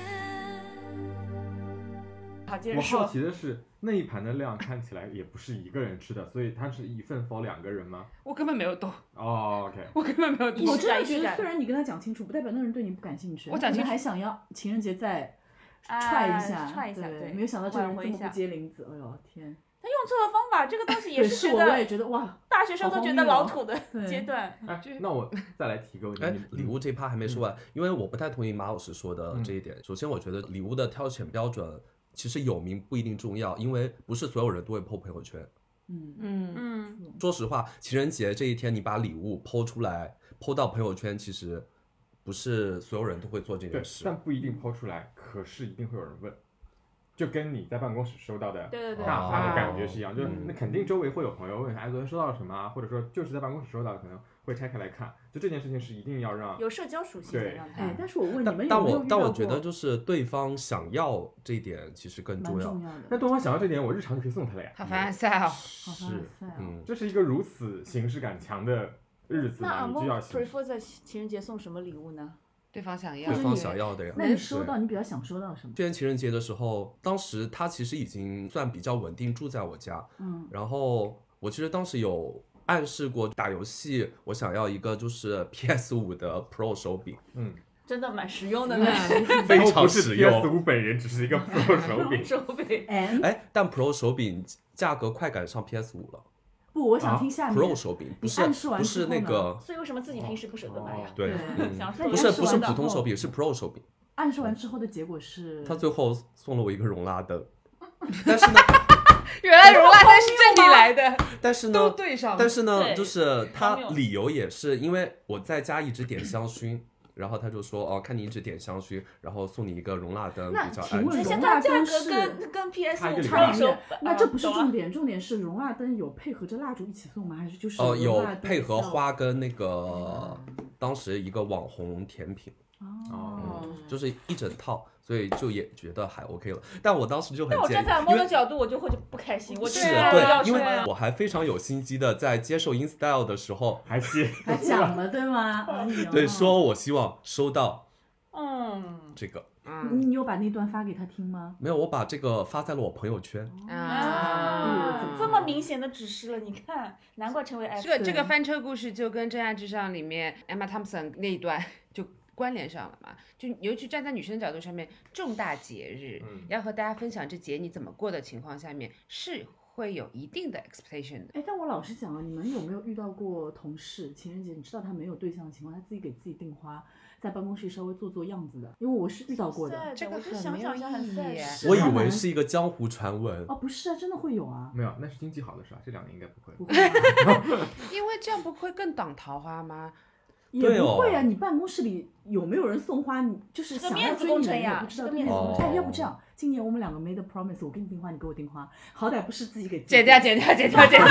E: 好，接着
D: 我好
E: 说，
D: 奇的是那一盘的量看起来也不是一个人吃的，所以它是一份包两个人吗？
B: 我根本没有动，
D: 哦，OK，
B: 我根本没有动。
F: 我
E: 知
F: 真
E: 道
F: 的
E: 仪式
F: 觉得，
E: 感
F: 虽然你跟他讲清楚，不代表那个人对你不感兴趣。
B: 我讲清楚
F: 他可能还想要情人节再
E: 啊
F: 踹一下，
E: 踹一下对
F: 没有想到这个人
E: 挽回
F: 这
E: 一
F: 么
E: 下
F: 不接林子，哎呦天！
E: 他用错了方法，这个东西也
F: 对，
E: 是
F: 是
E: 觉
F: 我我也
E: 得
F: 觉得哇，
E: 大学生都觉得老土的
F: 荒谬哦对
E: 阶段。
D: 哎
B: 就是，
D: 那我再来提个问题
C: 哎，，礼
D: 你
C: 物这一趴还没说完，因为我不太同意马老师说的
D: 嗯
C: 这一点。首先，我觉得礼物的挑选标准其实有名不一定重要，因为不是所有人都会抛朋友圈。
F: 嗯，
B: 嗯，
E: 嗯，
C: 说实话，情人节这一天你把礼物抛出来，抛到朋友圈，其实不是所有人都会做这
D: 对
C: 件，事。
D: 但不一定抛出来，可是一定会有人问，就跟你在办公室收到的
E: 对对啊对，
D: 大发
C: 发
D: 的感觉是一样，就是
C: 嗯
D: 那肯定周围会有朋友问，哎，昨天收到了什么啊？或者说就是在办公室收到的，可能会拆开来看。就这件事情是一定要让，
E: 有社交属性的
D: 对
E: 让
F: 哎
E: 他，。
F: 但是我问你
C: 但
F: 们有
C: 但
F: 没有
C: 我
F: 遇
C: 但我
F: 到
C: 觉得
F: 过
C: 就是对方想要这一点其实更
F: 蛮
C: 重
F: 重
C: 要。
D: 那
F: 的，
D: 对方想要这点，我日常就可以送他了呀。
B: 好凡尔赛哦。
F: 好凡尔
D: 是
F: 赛啊
C: 嗯，
D: 这是一个如此形式感强的日子
E: 那
D: 嘛，
E: 阿
D: 你
F: 啊
D: 就要
E: m
D: 形
E: prefer 在情人节送什么礼物呢？
B: 对方想要
C: 对
F: 或者
C: 方
F: 你
C: 想要的呀。
F: 那你收
C: 对
F: 到你比较想收到什么？
C: 去年情人节的时候，当时他其实已经算比较稳定住在我家，
F: 嗯，
C: 然后我其实当时有暗示过打游戏，我想要一个就是 PS 五的 Pro 手柄，
D: 嗯，
E: 真的蛮实用的呢，，
F: 啊
C: 非
D: 都不
C: 常
D: 是
C: 实用
D: PS 五本人只是一个 Pro 手柄
E: 手柄。
F: 哎，
C: 哎，但 Pro 手柄价格快赶上 PS 五了
F: 不，我想
D: 啊
F: 听下面。
C: ，Pro 手柄不是
F: 暗示完
C: 不
F: 之
C: 是
F: 后
C: 那
F: 呢
C: 个
E: 所以为什么自己平时不舍得买呀？
C: 对
F: 对，
C: 嗯
E: 想说
F: 那
C: 不
F: 你
C: 是
F: 暗示
C: 不是
F: 完之
C: 普通
F: 后
C: 手柄，是 Pro 手柄。
F: 暗示完之后的结果是，
C: 哦他最后送了我一个容拉灯，嗯 但是呢，
B: 原来荣拉灯是这里来的，
C: 但是
B: 都
C: 呢，
B: 对上了。
C: 但是呢，
E: 对
C: 就是他
E: 荒谬
C: 理由也是因为我在家一直点香 薰，然后他就说哦，看你一直点香薰，然后送你一个容蜡灯
F: 那
C: 比较
F: 请
C: 安全
E: 那哎
F: 问容。
E: 现
F: 纳
E: 在价
F: 灯
E: 格
F: 是
E: 跟跟 PS
D: 差一
E: 五
D: 个礼拜
F: 差
E: 差
F: 很
E: 手
F: 远，，那这不是
E: 啊
F: 重点，重点是容蜡灯有配合着蜡烛一起送吗？还是就是
C: 哦，
F: 容
C: 有
F: 蜡灯
C: 配合
F: 效
C: 花跟那个
E: 嗯
C: 当时一个网红甜品，
F: 哦，
C: 就是一整套，所以就也觉得还 OK 了。但我当时就很
E: 嗯那我
C: 介
E: 站
C: 意
E: 在阿，
C: 因
E: 猫的
C: 为。
E: 角度，我就会就不开心。我
C: 是
E: 觉得要啊
C: 对，因为
E: 说呀
C: 我还非常有心机的，在接受 InStyle 的时候，
D: 还是
F: 还讲了对 吗？哎呦
C: 对，说我希望收到
E: 嗯，
C: 这个，
B: 嗯
F: 你你有把那段发给他听吗？
C: 没有，我把这个发在了我朋友圈。
F: 哦
E: 啊
B: 嗯，
E: 这么明显的指示了，你看， 难怪成为 F
B: 这个这个翻车故事就跟《真爱至上》里面 Emma Thompson 那一段 就关联上了嘛，就尤其站在女生的角度上面，重大节日、
D: 嗯
B: 要和大家分享这节你怎么过的情况下面，是会有一定的 expectation 的。
F: 哎，但我老实讲啊，你们有没有遇到过同事情人节你知道他没有对象的情况，他自己给自己订花，在办公室稍微做做样子的，因为我是遇到过的。
B: 这个
E: 我是
B: 很
E: 想
B: 没有
E: 想一下很
B: 意义
E: sad
B: 耶
F: 是
C: 我
F: 的
C: 以为是一个江湖传闻
F: 哦，，不是啊，真的会有 啊，
D: 没有，那是经济好的事啊，这两年应该不会。
F: 不会、啊，
B: 因为这样不会更挡桃花吗？
F: 也
C: 对
F: 不
C: 哦
F: 会啊。你办公室里有没有人送花？你就是
E: 是个
F: 想
E: 面
F: 要
E: 子
F: 追
E: 工
F: 你的
E: 程
F: 人也
E: 呀
F: 不知道
E: 是个
F: 对
E: 面
F: 你
E: 子
F: 怎么
C: 工
F: 哎，
C: 程
F: 要不这样，今年我们两个 made a promise，我给你订花，你给我订花，好歹不是自己给自己
B: 剪掉，剪
F: 订
B: 掉，剪掉，剪掉，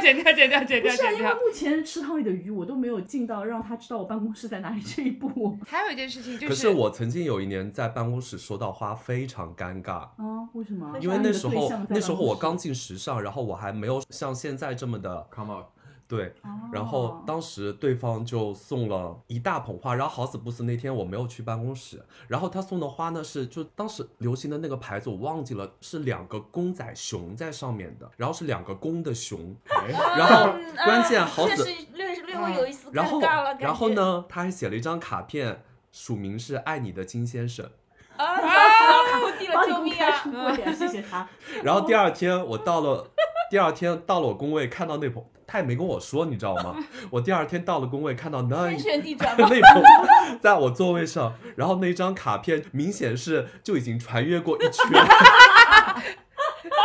B: 剪掉，剪掉，剪
F: 不
B: 掉，
F: 是啊，
B: 剪
F: 因为
B: 掉。
F: 目前池塘里的鱼我都没有进到让他知道我办公室在哪里这一步。
B: 还有一件事情就
C: 可是我曾经有一年在办公室收到花，非常尴尬。
F: 啊，为什么？
C: 因为那时
F: 你的对
C: 候
F: 象在办公室
C: 那时候我刚进时尚，然后我还没有像现在这么的
D: Come out，
C: 对，
F: 哦
C: 然后当时对方就送了一大捧花，然后好死不死那天我没有去办公室，然后他送的花呢是就当时流行的那个牌子我忘记了，是两个公仔熊在上面的，然后是两个公的熊，
E: 嗯
C: 然后关键好
E: 确
C: 死，
E: 实略略微有一丝尴
C: 然后
E: 尬了，感
C: 然后
E: 觉？
C: 呢他还写了一张卡片，署名是爱你的金先 生，
E: 啊，然后地了，
F: 帮你
E: 救
F: 公
E: 命
F: 开
E: 啊！
F: 出柜啊，谢谢他。
C: 然后第二天我到了，第二天到了我工位，看到那捧，他也没跟我说，你知道吗？我第二天到了工位，看到那
E: 天旋地转吧。
C: 那捧在我座位上，然后那张卡片明显是就已经穿越过一圈，
E: 啊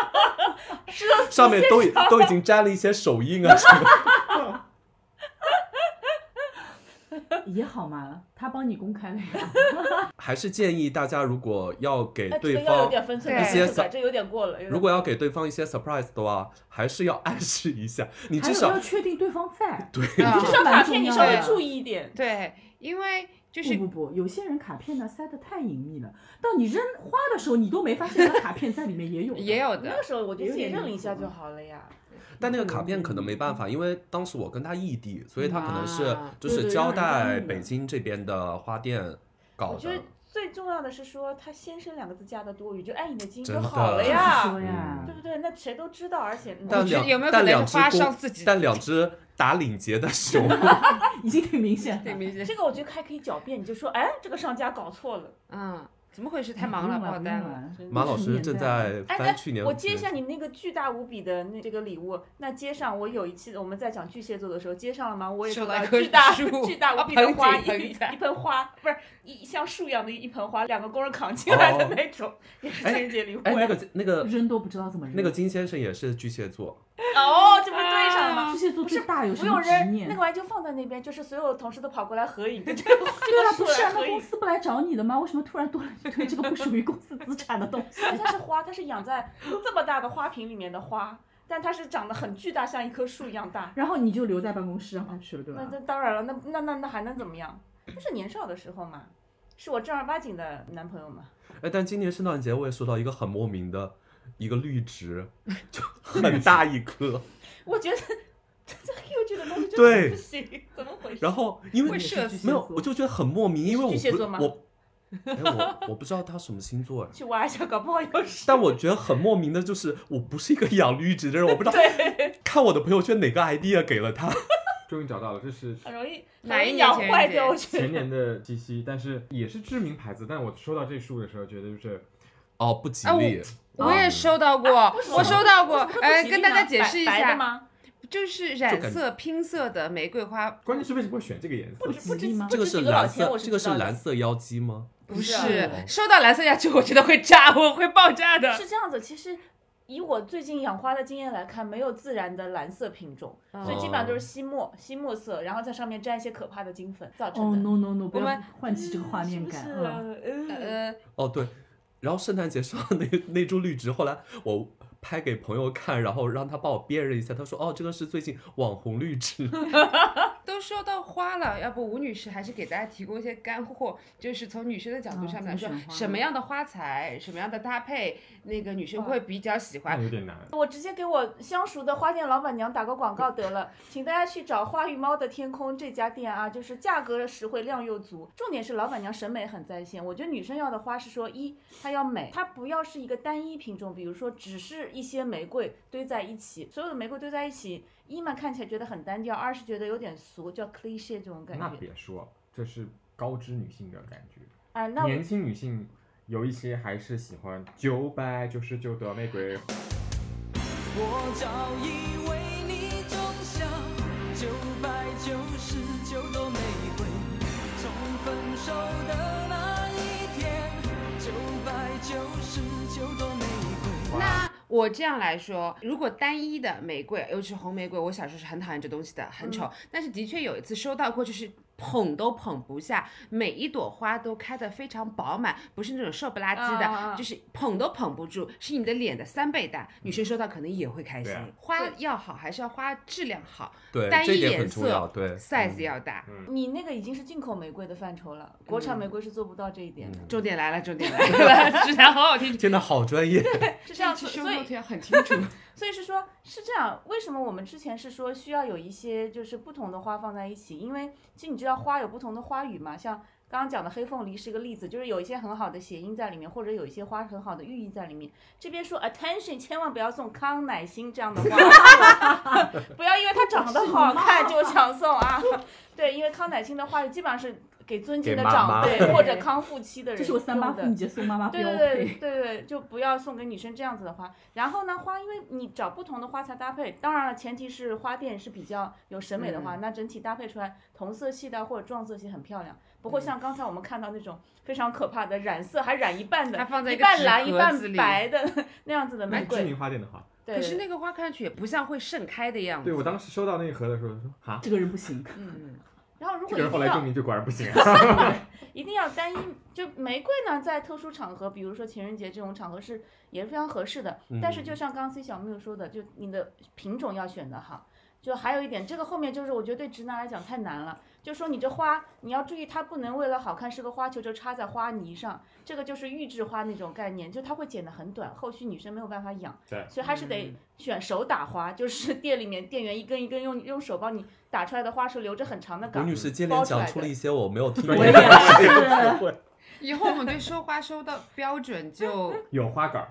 C: 上面都已都已经沾了一些手印啊什么的。
F: 也好嘛，他帮你公开了呀。
C: 还是建议大家，如果要给
E: 哎，这个
C: 对
E: 要有
C: 方。
E: 点分寸
B: 对
E: 感，
B: 一些
E: 这个这有点过了。有点
C: 如果要给对方一些 surprise 的话，还是要暗示一下， 你
F: 还
C: 至
F: 有
C: 少
F: 要确定对方在，
C: 对，
B: 啊
F: 这
E: 至
F: 是
E: 少卡
F: 蛮重
E: 片你
F: 要
E: 稍微
F: 的
E: 注意一点。
B: 对，因为就是
F: 不不不，有些人卡片呢塞得太隐秘了，到你扔花的时候，你都没发现他卡片在里面也有。
B: 也。有
E: 那
B: 的
E: 个，时候我觉得自己
F: 有点
E: 认了一下
F: 隐晦
E: 就好了呀。
C: 但那个卡片可能没办法，因为当时我跟他异地，所以他可能是
B: 啊
C: 就是
F: 对
C: 交
F: 让人
C: 代
F: 家
C: 北京这边的花店搞
E: 我觉得
C: 的。
E: 最重要的是说他“先生”两个字加的多余，就爱你的金
C: 真
E: 就
C: 的
E: 好了
F: 就是
E: 呀
F: 说，
C: 嗯
F: 呀
E: 对，不对？那谁都知道，而且嗯
C: 但
B: 觉得
C: 两
B: 有没有可能
C: 但两
B: 是
C: 只
B: 花
C: 公
B: 上自己
C: 但两只打领结的熊，
F: 已经挺明显
B: 对
F: 了。
B: 明显
E: 这，个我觉得还可以狡辩，你就说，哎，这个商家搞错了。
B: 嗯，怎么回事？太忙了，爆单了。
F: 了
C: 马老师正在
E: 哎，
C: 翻去年。
E: 那我接一下你那个巨大无比的那这个礼物。那接上我有一期我们在讲巨蟹座的时候接上了吗？我也
B: 收
E: 收
B: 到
E: 到
B: 一棵
E: 巨大
B: 树
E: 巨大
B: 啊
E: 无比的
B: 盆
E: 花，
B: 景盆
E: 一
B: 栽
E: 一盆花，不是一像树一样的一盆花，两个工人扛进来的那种，也是情人节礼物。
C: 哦哎，那个那个
F: 扔都不知道怎么扔。
C: 那个金先生也是巨蟹座，
E: 哦，这不是对上了吗？
F: 巨蟹座最大有什
E: 不用
F: 么执
E: 扔，
F: 念？
E: 那个玩意就放在那边，就是所有同事都跑过来合 影，就这个
F: 对啊，
E: 这
F: 不
E: 个
F: 是
E: 树来
F: 啊，那
E: 合
F: 公
E: 影。
F: 司不来找你的吗？为什么突然多了一堆这个不属于公司资产的东西？
E: 它是花，它是养在这么大的花瓶里面的花，但它是长得很巨大，像一棵树一样大。
F: 然后你就留在办公室让他去了，对
E: 那
F: 吧？
E: 那当然了，那那那那还能怎么样？就是年少的时候嘛，是我正儿八经的男朋友嘛。
C: 哎，但今年圣诞节我也收到一个很莫名的一个绿植，就很大一颗，
E: 我觉得这 Q 剧的东西真的
C: 对
E: 不行，怎么回事？
C: 然后因为
B: 会射死
C: 没有，我就觉得很莫名，因为我
E: 巨蟹座吗
C: 不我，哎我我不知道他什么星座哎。
E: 去挖一下，搞不好有事。
C: 但我觉得很莫名的就是，我不是一个养绿植的人，我不知道看我的朋友圈哪个 idea 给了他。
D: 终于找到了，这是
E: 很容易
B: 哪
E: 很
B: 一年
E: 容易养
B: 情人
E: 坏
B: 节
E: 掉，我觉
D: 前
E: 得。
D: 年的七夕，但是也是知名牌子。但我收到这束的时候，觉得就是
C: 哦，不吉
E: 啊
B: 哎我
C: 利，啊
B: 我也收到过，我收到过
E: 为什么会，不
B: 哎，
E: 吉
B: 跟
E: 利
B: 大家
E: 呢
B: 解
E: 白
B: 释一
E: 白的
B: 下，
E: 吗？
B: 就是
C: 就
B: 染
C: 感
B: 色拼色的玫瑰花，
D: 关键是为什么会选这个颜色？
E: 不止不
F: 吉
E: 止
F: 利吗
C: 这
E: 不
C: 个
E: 止
C: 是
E: 几个老
C: 蓝
E: 钱，
C: 色
E: 我，是
C: 这个
E: 知
C: 是
E: 道的
C: 蓝色妖姬吗？
B: 不
E: 不是
B: 是啊
C: 哦
B: 收到蓝色下去，我觉得会炸，我会爆炸的。
E: 是这样子，其实以我最近养花的经验来看，没有自然的蓝色品种，所以基本
C: 哦
E: 上都是吸墨、吸墨色，然后在上面沾一些可怕的金粉造
F: 哦、
E: 成的。
F: no no no！不要
B: 们
F: 唤起这个画面感
E: 是不是
F: 啊！
E: 呃，
B: 呃，
C: 哦，对。然后圣诞节收到那那株绿植，后来我拍给朋友看，然后让他帮我辨认一下，他说哦，这个是最近网红绿植。
B: 都说到花了，要不吴女士还是给大家提供一些干货，就是从女生的角度
F: 啊
B: 上面
F: 怎
B: 来
F: 么
B: 说，
F: 选花
B: 什么样的花材、什么样的搭配，那个女生会比较喜
D: 那
B: 欢。
D: 有点难。
E: 我直接给我相熟的花店老板娘打个广告得了，请大家去找花与猫的天空这家店啊，就是价格实惠，量又足，重点是老板娘审美很在线。我觉得女生要的花是说，一它要美，它不要是一个单一品种，比如说只是一些玫瑰堆在一起，所有的玫瑰堆在一起，一嘛看起来觉得很单调，二是觉得有点俗，叫 cliche 这种感
D: 那
E: 觉。
D: 别说，这是高知女性的感觉。
E: 啊，那我
D: 年轻女性有一些还是喜欢九百九十九朵玫瑰。
H: 我早已为你种下九百九十九朵玫
B: 我这样来说，如果单一的玫瑰，尤其是红玫瑰，我小时候是很讨厌这东西的，很丑。但是的确有一次收到过，就是捧都捧不下，每一朵花都开得非常饱满，不是那种瘦不拉几的，
E: 啊啊啊
B: 就是捧都捧不住，是你的脸的三倍大。女生收到可能也会开心。
D: 对啊
B: 花要好，还是要花质量好，
C: 对，
B: 单
C: 这
B: 一
C: 一点
B: 颜
C: 很重要。
B: 色
C: 对，
B: ，size 要大。
E: 你那个已经是进口玫瑰的范畴了，国产玫瑰是做不到这一
D: 嗯
E: 点的。
B: 重点来了，重点来了， 指南好好听。
C: 真的嗯好专业。
E: 是这样，
B: 去胸
E: 所所以
B: 口要很清楚。
E: 所以是说，是这样。为什么我们之前是说需要有一些就是不同的花放在一起？因为其实你知道花有不同的花语嘛，像刚刚讲的黑凤梨是一个例子，就是有一些很好的谐音在里面，或者有一些花很好的寓意在里面。这边说 attention，千万不要送康乃馨这样的花， 不要因为它长得好看就想送啊。 对，因为康乃馨的花语基本上是给尊敬的
D: 给妈妈
E: 长辈或者康复期的人
F: 这是我三八
E: 用的
F: 妇女节送妈妈
E: 对
F: 标
E: 对对
F: 配。
E: 对对，就不要送给女生这样子的花。然后呢，花因为你找不同的花材搭配，当然了，前提是花店是比较有审美的话，那整体搭配出来同色系的或者撞色系很漂亮。不会像刚才我们看到那种非常可怕的染色还染一半的，
B: 它放在一
E: 一
B: 个
E: 半
B: 纸
E: 蓝一
B: 盒子
E: 半
B: 里
E: 白的 那样子的玫
D: 蛮哎知
E: 瑰。嗯
D: 名花店的花。
E: 对，
B: 可是
E: 对
B: 那个花看上去也不像会盛开的样子。嗯
D: 对我当时收到那一盒的时候，说啊，
F: 这个人不行，
E: 然后如
D: 这个
E: 果一
D: 人后
E: 定
D: 来
E: 要
D: 证明就果然不行 啊。
E: 一定要单一，就玫瑰呢，在特殊场合，比如说情人节这种场合是也是非常合适的。
D: 嗯
E: 但是就像刚刚 C 小妹说的，就你的品种要选得好。就还有一点，这个后面就是我觉得对直男来讲太难了。就说你这花，你要注意它不能为了好看是个花球就插在花泥上，这个就是预制花那种概念，就它会剪得很短，后续女生没有办法养。
D: 对
E: 所以还是得选手打花，就是店里面店员一根一根用用手帮你打出来的花是留着很长的
C: 吴
E: 杆。
C: 女士接
E: 包
C: 连
E: 出来
C: 讲
E: 的
C: 出了一些我没有 听过
D: 对
F: 我也
C: 的
F: 是。
B: 以后我们对收花收的标准 就
D: 有花杆儿。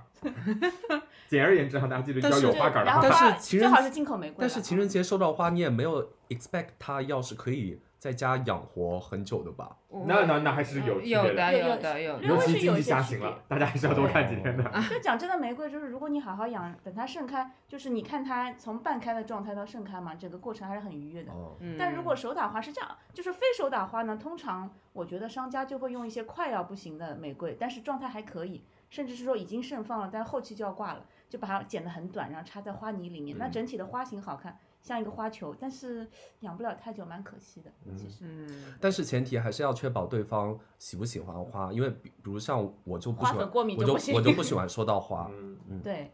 D: 简而言之哈，大家记住要有
E: 对
D: 花杆儿的
E: 然后
D: 花。
C: 但是
E: 花
C: 情
E: 最
C: 人
E: 好
C: 节
E: 是进口玫瑰了啊。
C: 但是情人节收到花，你也没有 expect 他要是可以在家养活很久的吧？
D: 那那那还是有
B: 有
D: 区
B: 有
D: 别的，
B: 的
E: 有
B: 有
E: 有
B: 的有的
E: 有
D: 尤其
E: 是有
D: 经
E: 一
D: 济
E: 些
D: 下
E: 区
D: 行
E: 别
D: 了，大家还是要多看几天的。
E: 就讲真的，玫瑰就是如果你好好养，等它盛开，就是你看它从半开的状态到盛开嘛，整个过程还是很愉悦的。
C: 哦，
B: 嗯
E: 但如果手打花是这样，就是非手打花呢，通常我觉得商家就会用一些快要不行的玫瑰，但是状态还可以，甚至是说已经盛放了，但后期就要挂了，就把它剪得很短，然后插在花泥里面，那整体的花型好看，像一个花球，但是养不了太久，蛮可惜的。其实
B: 嗯
C: 但是前提还是要确保对方喜不喜欢花，因为比如像我就不喜
E: 花
C: 欢
E: 粉过敏，
C: 我
E: 就不
C: 就
E: 行
C: 我就不喜欢收到花，
D: 嗯，
E: 对，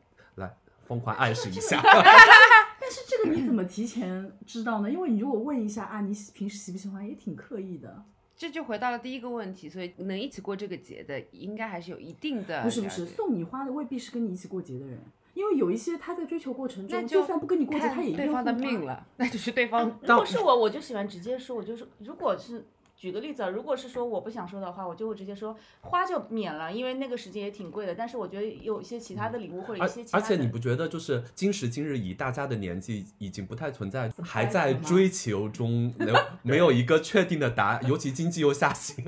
C: 疯狂暗示一下。
F: 但是这个你怎么提前知道呢？因为你如果问一下啊，你喜平时喜不喜欢，也挺刻意的。
B: 这就回到了第一个问题，所以能一起过这个节的，应该还是有一定
C: 哎
B: 的
F: 不是不
B: 了
F: 是，
B: 解
F: 送你花的未必是跟你一起过节的人，因为有一些他在追求过程
B: 那
F: 中，
B: 就
F: 就算不跟你过节，
B: 看
F: 他也一
B: 对
F: 定要
B: 方的
F: 送花
B: 命。了，那就是对 方
E: 如果是我，我就喜欢直接说，我就说，如果是举个例子啊，如果是说我不想收到花，我就会直接说花就免了，因为那个时间也挺贵的。但是我觉得 有一些其他的礼物或者
C: 而
E: 一些其他
C: 而
E: 的，
C: 且你不觉得就是今时今日以大家的年纪已经不太存在，还在
F: 吗
C: 追求中，没有没有一个确定的答案，尤其经济又下 行。
D: 今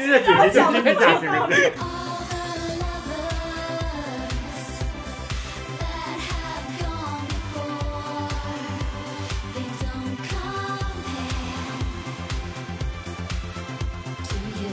D: 天的主题 就是经济下行了。
A: All the lovers that have gone before, they don't compare to you.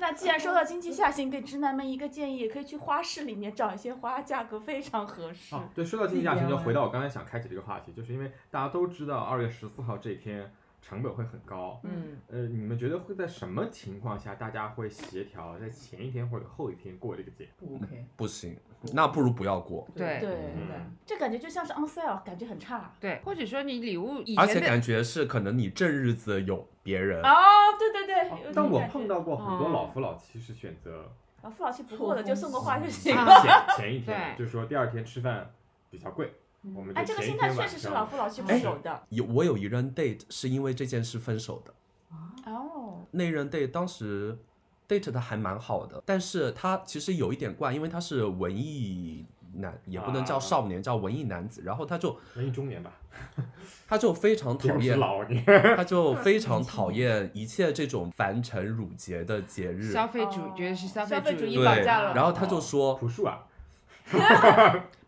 E: 那既然说到经济下行，给直男们一个建议，也可以去花市里面找一些花，价格非常合适。
D: 哦，对，说到经济下行，就回到我刚才想开启这个话题，就是因为大家都知道二月十四号这一天成本会很高。
B: 嗯
D: 呃，你们觉得会在什么情况下大家会协调在前一天或者后一天过这个节？
F: 不 OK，
C: 不行，那不如不要过。
B: 对
E: 对，
D: 嗯
E: 这感觉就像是 on sale，感觉很差。啊
B: 对，或者说你礼物以
C: 而
B: 前啊
C: 且
B: 的
C: 感觉是可能你正日子有别人，
E: 哦，对对对，有这种
D: 但我
E: 感觉
D: 碰到过很多
F: 哦
B: 嗯
D: 老夫老妻是选择
E: 老夫老妻不过的就送个花就行
B: 啊
E: 了。
D: 前前一天，
B: 对
D: 就是说第二天吃饭比较贵，我们就
E: 哎，这个
D: 前一
E: 心态
D: 天
E: 确
D: 晚
E: 实是老
D: 上。
E: 夫老妻不
C: 哎
E: 守的。
C: 有我有一任 date 是因为这件事分手的。
F: 啊
E: 哦，
C: 那任 date 当时 date 的还蛮好的，但是他其实有一点怪，因为他是文艺男，也不能叫
D: 啊
C: 少年，叫文艺男子。然后他就
D: 文艺中年吧，
C: 他就非常讨
D: 不是
C: 厌，
D: 老你。
C: 他就
B: 嗯
C: 非常讨厌一切这种凡尘缛节的节日。
B: 消费主
E: 哦
B: 觉得是消
E: 消费
B: 主
E: 主义
C: 对，
E: 绑架了
C: 然后他
B: 哦
C: 就说，
D: 朴树啊，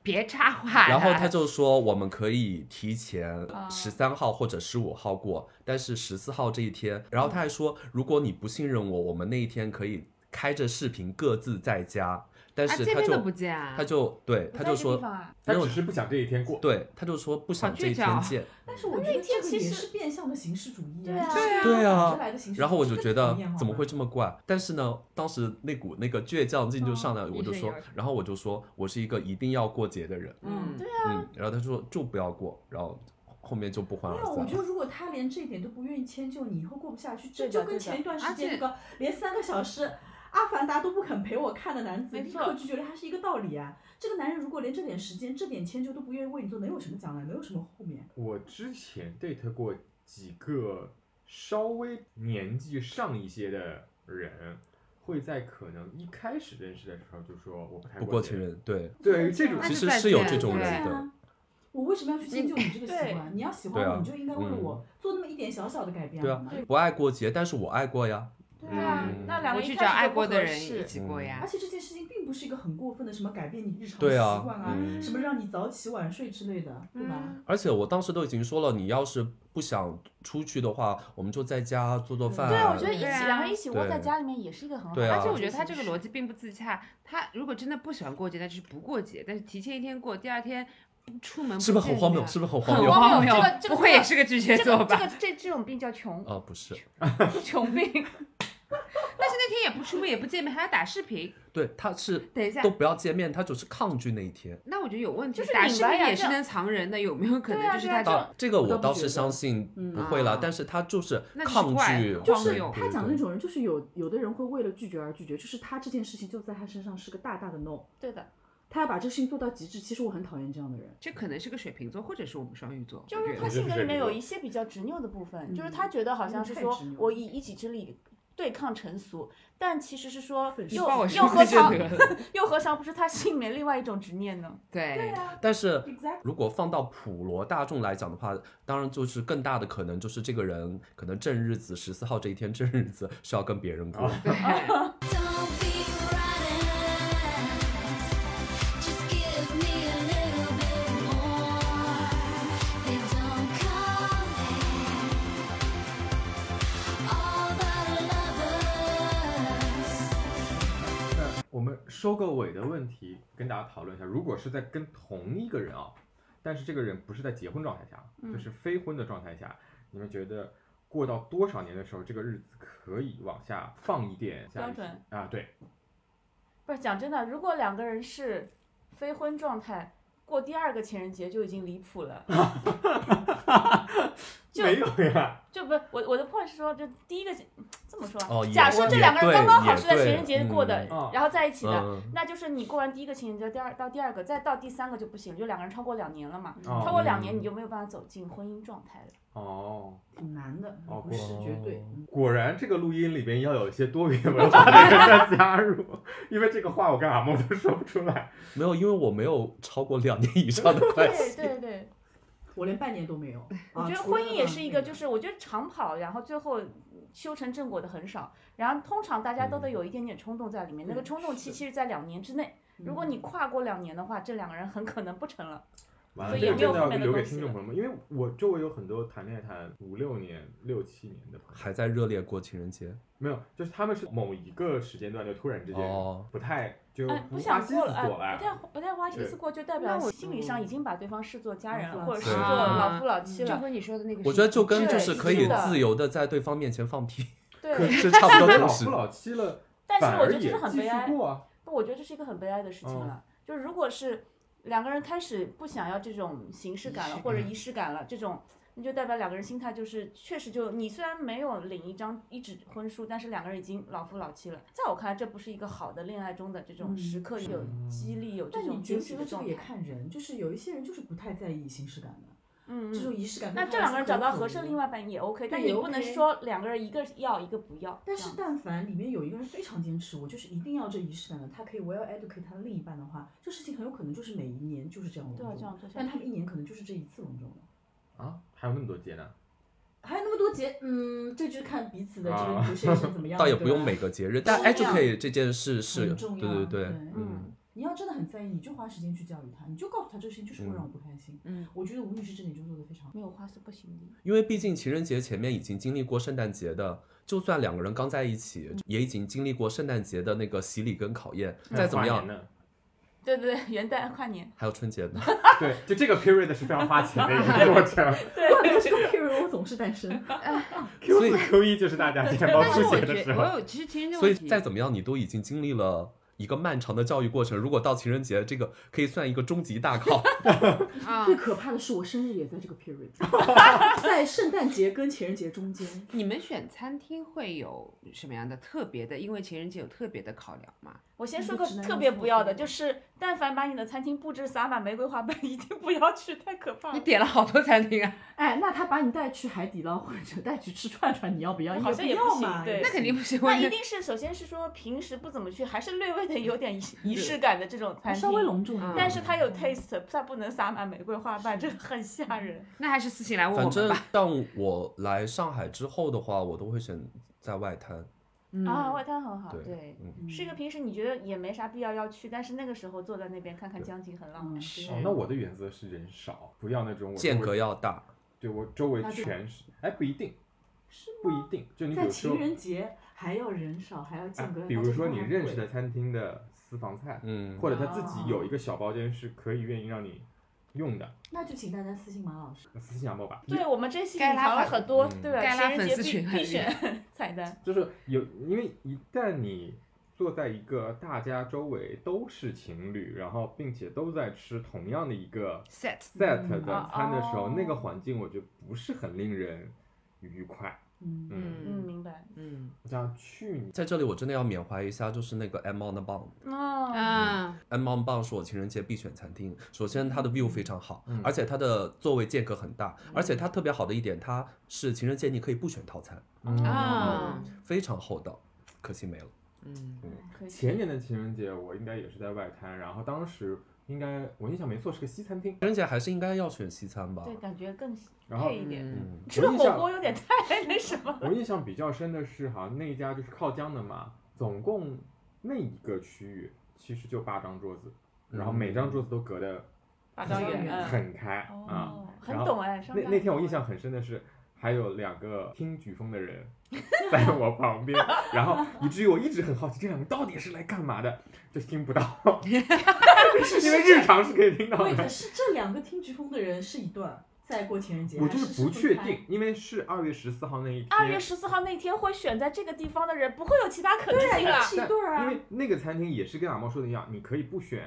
B: 别插话啦，
C: 然后他就说我们可以提前
E: 啊
C: 十三号或者十五号过，但是十四号这一天，然后他还说，如果你不信任我，我们那一天可以开着视频各自在家，但
B: 啊，
C: 是
B: 见
C: 他
B: 面
C: 就、
B: 都不见啊，
C: 他就对他就说，
D: 他
E: 啊
C: 没有
D: 只是不想这一天过。
C: 对他就说不想这一天
B: 倔强
C: 见，
I: 但是我觉得这个也
E: 其实
I: 是变相的形式主义
E: 对啊
I: 啊，这是
C: 对啊
I: 反着来的形式主义
C: 然后我就觉
I: 这个
C: 得
I: 讨厌好
C: 怎么
I: 吗
C: 会这么怪？但是呢，当时那股那个倔强劲就上来，我就
B: 一
C: 说
B: 身妖气，
C: 然后我就说我是一个一定要过节的人，
B: 嗯，
C: 嗯，然后他说就不要过，然后后面就不欢
I: 没
C: 而
I: 有，啊我
C: 散
I: 觉得如果他连这一点都不愿意迁就你，以后过不下去，这
E: 对的
I: 就跟
E: 对的
I: 前一段时
B: 而且
I: 间那个连三个小时《阿凡达》都不肯陪我看的男子
E: 没
I: 立
E: 错
I: 刻拒绝了他是一个道理啊。这个男人如果连这点时间、这点迁就都不愿意为你做，能有什么将来？能有什么后面？
D: 我之前 date 过几个稍微年纪上一些的人，会在可能一开始认识的时候就说我不太
C: 不过
D: 节
C: 情。人对，
D: 对这
E: 哎
D: 种
B: 那
C: 其
B: 就
C: 实
B: 再
C: 是有
B: 见
C: 哦这种
B: 对
C: 人
I: 对
C: 的
I: 啊，我为什么要去迁就你这个习惯？你要喜欢
C: 对啊
I: 我，你就应该为
C: 嗯
I: 我做那么一点小小的改变。
C: 对啊，不爱过节，但是我爱过呀，
I: 对
E: 对啊
I: 啊。
C: 嗯，
E: 那两个
B: 我
E: 一
B: 去
E: 开
B: 找
E: 始就
B: 爱
E: 不
B: 过
E: 合
B: 的人
E: 适
B: 一起过呀
I: 而。且这件事情并不是一个很过分的什么改变你日常的
C: 对
I: 习
C: 啊
I: 惯啊，
C: 嗯
I: 什么让你早起晚睡之类的，
E: 嗯
I: 对吧？
C: 而且我当时都已经说了，你要是不想出去的话，我们就在家做做饭。
E: 对，我觉得一起
B: 对啊
E: 两个人一起窝在
C: 对
E: 家里面也是一个很好的
C: 对
E: 形
C: 啊
E: 式。
B: 而且我觉得他这个 逻辑并不自洽。他如果真的不喜欢过节，那就是不过节，但是提前一天过，第二天不出门
C: 是不是
B: 见
C: 很荒
B: 面
C: 谬？是不是很
B: 啊很
C: 荒谬？
E: 荒
B: 谬
E: 这个这个
B: 不会也是个巨蟹
E: 这
B: 座
E: 个
B: 吧？
E: 这个这这种病叫穷
C: 啊，不是，
E: 穷病。
B: 但是那天也不出门，也不见面，还要打视频。
C: 对，他是
B: 等一下
C: 都，不要见面，他就是抗拒那一天。
B: 那我觉得有问题。
E: 就是
B: 打
E: 拧
B: 视
E: 巴
B: 频
E: 呀
B: 也
E: 这
B: 是
E: 样
B: 能藏人的，有没有可能
E: 对啊
B: 就是
E: 对啊
B: 他就
E: 这样
C: 啊，这个
F: 我
C: 我
F: 倒不
C: 倒
F: 觉
C: 是
F: 得
C: 相信
F: 嗯
C: 不会啦
B: 啊，
C: 但是他就是
B: 那就
C: 抗
B: 是怪
C: 拒，
B: 就
F: 就是是
I: 哦
B: 有
F: 他讲的那种人，就是有有的人会为了拒绝而拒绝，就是他这件事情就在他身上是个大大的 no，
E: 对的，
F: 他要把这个事情做到极致。其实我很讨厌这样的人。
B: 这可能是个水瓶座，或者是我们双鱼座。
E: 就
B: 我觉
E: 是他
B: 得
E: 性格里面有一些比较执拗的部分，就是他觉得好像是
F: 嗯太
E: 说
F: 执拗
E: 我以一己之力对抗尘俗，但其实是说
F: 粉饰
E: 又
B: 把我
E: 又
B: 说
E: 何
B: 成
E: 尝
B: 这 个。
E: 又何尝不是他心里面另外一种执念呢？
B: 对，啊
C: 但是
I: Exactly
C: 如果放到普罗大众来讲的话，当然就是更大的可能就是这个人可能正日子十四号这一天正日子是要跟别人过。
B: 对，
A: Don't be running. Just give me a little bit more. They don't come in. All the lovers.
D: 我们收个尾的问题，跟大家讨论一下，如果是在跟同一个人啊，但是这个人不是在结婚状态下，
E: 嗯
D: 就是非婚的状态下，你们觉得过到多少年的时候，这个日子可以往下放一点下
E: 标
D: 一些
E: 准
D: 啊？对，
E: 不是讲真的，如果两个人是非婚状态，过第二个情人节就已经离谱了。就
D: 没有呀，
E: 就不是我我的 point 是说，就第一个这么说啊，
C: 哦也
E: 假设这两个人
C: 也对
E: 刚刚好
C: 也
E: 是在
C: 对
E: 情人节过的，
D: 嗯哦
E: 然后在一起的，
C: 嗯，
E: 那就是你过完第一个情人节，第二到第二个，再到第三个就不行了，就两个人超过两年了嘛，
D: 哦
E: 超过两年你就没有办法走进婚姻状态了。
D: 哦，
F: 挺难的，
D: 哦
F: 不是绝对。
D: 果然这个录音里边要有一些多元文化的人在加入， 因为这个话我跟阿莫都说不出来。
C: 没有，因为我没有超过两年以上的关
E: 对
C: 系。
E: 对对，
F: 我连半年都没有。
E: 我
I: 啊
E: 觉得婚姻也
F: 嗯
E: 是一个，就是我觉得长跑，然后最后修成正果的很少，然后通常大家都得有一点点冲动在里面，那个冲动期其实在两年之内，如果你跨过两年的话，这两个人很可能不成了。
D: 完
E: 所
D: 了，
E: 以
D: 这个真的
E: 也没有
D: 要
E: 后面的
D: 留给
E: 东西
D: 听众朋友们，因为我周围有很多谈恋爱谈五六年、六七年的朋友，
C: 还在热烈过情人节，
D: 没有，就是他们是某一个时间段就突然之间
C: 哦
D: 不太就
E: 哎，
D: 不
E: 不
D: 花
E: 想
D: 心
E: 过
D: 思
E: 了，哎，
D: 做了
E: 不太不太花心思过，就代表
B: 那我
E: 心理上已经把对方视作家人了，
F: 嗯
E: 或者视
C: 对
E: 作
D: 啊
E: 老夫老妻
B: 就
E: 了。
B: 跟你说的那个，
C: 我觉得就跟
E: 对
C: 就是可以
E: 是的
C: 自由的在对方面前放屁，
D: 可
E: 对，
C: 是差不多的
D: 但老
C: 事
D: 夫。老妻了，
E: 但是
D: 反
E: 我
D: 而
E: 觉得这
D: 也
E: 是很
D: 继
E: 悲
D: 续
E: 哀。
D: 过啊。
E: 不，我觉得这是一个很悲哀的事情
D: 嗯
E: 了。就是如果是两个人开始不想要这种形式感了，或者仪式感了，这种那就代表两个人心态就是确实就你虽然没有领一张一纸婚书，但是两个人已经老夫老妻了。在我看来，这不是一个好的恋爱中的这种时刻
D: 啊
E: 有激励，有这
I: 但你
E: 种
I: 觉
E: 惊
I: 不
E: 喜
I: 觉
E: 的
I: 得这个
E: 状
I: 也
E: 态。
I: 看人，就是有一些人就是不太在意形式感的，
E: 嗯
I: 这
E: 嗯。
I: 种仪式感。
E: 那这两个人找到合适的另
I: 外，
E: 外一半也 OK，
I: 对
E: 但
I: 也
E: 你不能
I: OK
E: 说两个人一个要一个不要。
I: 但
E: 这
I: 是
E: 样
I: 但凡里面有一个人非常坚持，我就是一定要这仪式感的，他可以 well educate 他的另一半的话，这事情很有可能就是每一年就是这样
E: 对啊
I: 隆
E: 这样
I: 重
E: 就，
I: 但
E: 像
I: 他们一年可能就是这一次隆重的。
D: 啊，还有那么多节呢，
I: 还有那么多节，嗯，这就是看彼此的这个
D: 啊
I: negotiation 怎么样。
C: 倒也
I: 对
C: 不用
I: 吧
C: 每个节日，但
I: 重要
C: educate 这件事是，
I: 很
C: 对
I: 重要
C: 对对
I: 对，
C: 嗯，
I: 你要真的很在意，你就花时间去教育他，你就告诉他这个事情就是会让我不开心。
E: 嗯，
I: 我觉得吴女士这点就做得非常好。
E: 没有花是不行的。
C: 因为毕竟情人节前面已经经历过圣诞节的，就算两个人刚在一起，
E: 嗯
C: 也已经经历过圣诞节的那个洗礼跟考验，再怎么
D: 花
C: 样
D: 钱的
E: 对对对，元旦跨年，
C: 还有春节呢。
D: 对，就这个 period 是非常花钱的一个过 程。
I: 对，这个 period 我总是单 身。
D: Q
C: 以
D: 四 Q 一就是大家钱包
B: 但是
D: 出
B: 我
D: 血哦的
B: 觉
D: 时
B: 我
D: 候。
B: 有其实情人节
C: 所以
B: 问题
C: 再怎么样，你都已经经历了一个漫长的教育过程。如果到情人节，这个可以算一个终极 大考。
B: 啊
F: 最，可怕的是我生日也在这个 period，在圣诞节跟情人节中间。
B: 你们选餐厅会有什么样的特别的？因为情人节有特别的考量吗？
E: 我先
I: 你
E: 说
I: 就
E: 个
I: 只能
E: 特
I: 用
E: 别
I: 手
E: 不要的，
I: 工
E: 就是但凡把你的餐厅布置洒满玫瑰花瓣，一定不要去，太可怕
B: 你
E: 了。
B: 点了好多餐厅啊，
F: 哎，那他把你带去海底捞或者带去吃串串，你要不要？
E: 好像也
F: 不
E: 不
F: 要
E: 行
F: 嘛。
E: 对
B: 那肯定不行。
E: 那
B: 我觉
E: 一
B: 得
E: 定是首先是说平时不怎么去，还是略微的有点仪仪式感的这种餐厅，
F: 稍微隆重一
B: 嗯
F: 点。
E: 但是它有 taste，它不能撒满玫瑰花瓣，这个很吓人。
B: 那还是私信来问我
C: 反
B: 们
C: 正
B: 吧。
C: 当我来上海之后的话，我都会选在外滩。
E: 啊，
B: 嗯
E: 外滩很好，
C: 对
E: 对，
C: 嗯，
E: 是一个平时你觉得也没啥必要要去，但是那个时候坐在那边看看江景很浪
F: 嗯
E: 漫。
B: 是
D: 哦，那我的原则是人少，不要那种我周围
C: 间隔要大。
D: 对我周围
F: 那就
D: 全是，哎，不一定，不一定，就你比
F: 在
D: 如说
F: 情，人节还要人少，还要间
D: 哎
F: 隔。
D: 比如说你认识
F: 的。
D: 的餐厅的私房菜，
C: 嗯，
D: 或者他自己有一个小包间是可以愿意让你用的，
F: 那就请大家私信马老师。
D: 私信杨某吧。
E: 对我们这期
B: 该
E: 隐
B: 拉
E: 藏了
B: 粉
E: 很多，
C: 嗯
E: 对吧？
B: 该拉
E: 情人
B: 粉
E: 节
B: 丝
E: 必
B: 群还
E: 必
B: 是
E: 选 菜单。
D: 就是有，因为一旦你坐在一个大家周围都是情侣，然后并且都在吃同样的一个
B: ，set
D: set
F: 嗯
D: 的餐的时候，
E: 哦
D: 那个环境我觉得不是很令人愉快。
F: 嗯，
D: 嗯，
E: 嗯，
B: 嗯
E: 明白。
B: 嗯
D: 像去年
C: 在这里我真的要缅怀一下，就是那个 M on the Bomb。
E: 哦，
B: 嗯，
C: M on Bang 是我情人节必选餐厅。首先，它的 view 非常好，
D: 嗯
C: 而且它的座位间隔很大，
B: 嗯
C: 而且它特别好的一点，它是情人节你可以不选套餐，
B: 啊，
C: 非常厚道。可惜没了。
B: 嗯
E: 可以
D: 前年的情人节，我应该也是在外滩，然后当时应该我印象没错是个西餐厅，
C: 情人节还是应该要选西餐吧？
E: 对，感觉更
D: 然后
E: 配一点。
B: 嗯
C: 嗯，
E: 吃
D: 我
E: 了
D: 印
E: 火
D: 象
E: 锅有点太那什么。
D: 我印象比较深的是，好像那一家就是靠江的嘛，总共那一个区域其实就八张桌子，然后每张桌子都隔得
E: 大
F: 张
E: 张
F: 远
E: 远，嗯
D: 很开 啊。
E: 哦，
D: 然
E: 很
D: 后
E: 懂哎。上
D: 那
E: 大
D: 那天我
E: 学
D: 印象很深的是，还有两个听曲风的人在我旁边，然后以至于我一直很好奇这两个到底是来干嘛的，就听不到，因为日常是可以听到
F: 对，可
D: 的。
F: 是这两个听菊风的人是一对儿，在过情人节。
D: 我
F: 还
D: 就是是不确
F: 分开
D: 定，。因为是二月十四号那一天，
E: 哎二月十四号那天会选在这个地方的人，不会有其他可能性了。
F: 是一对儿啊
D: 因为那个餐厅也是跟阿猫说的一样，你可以不选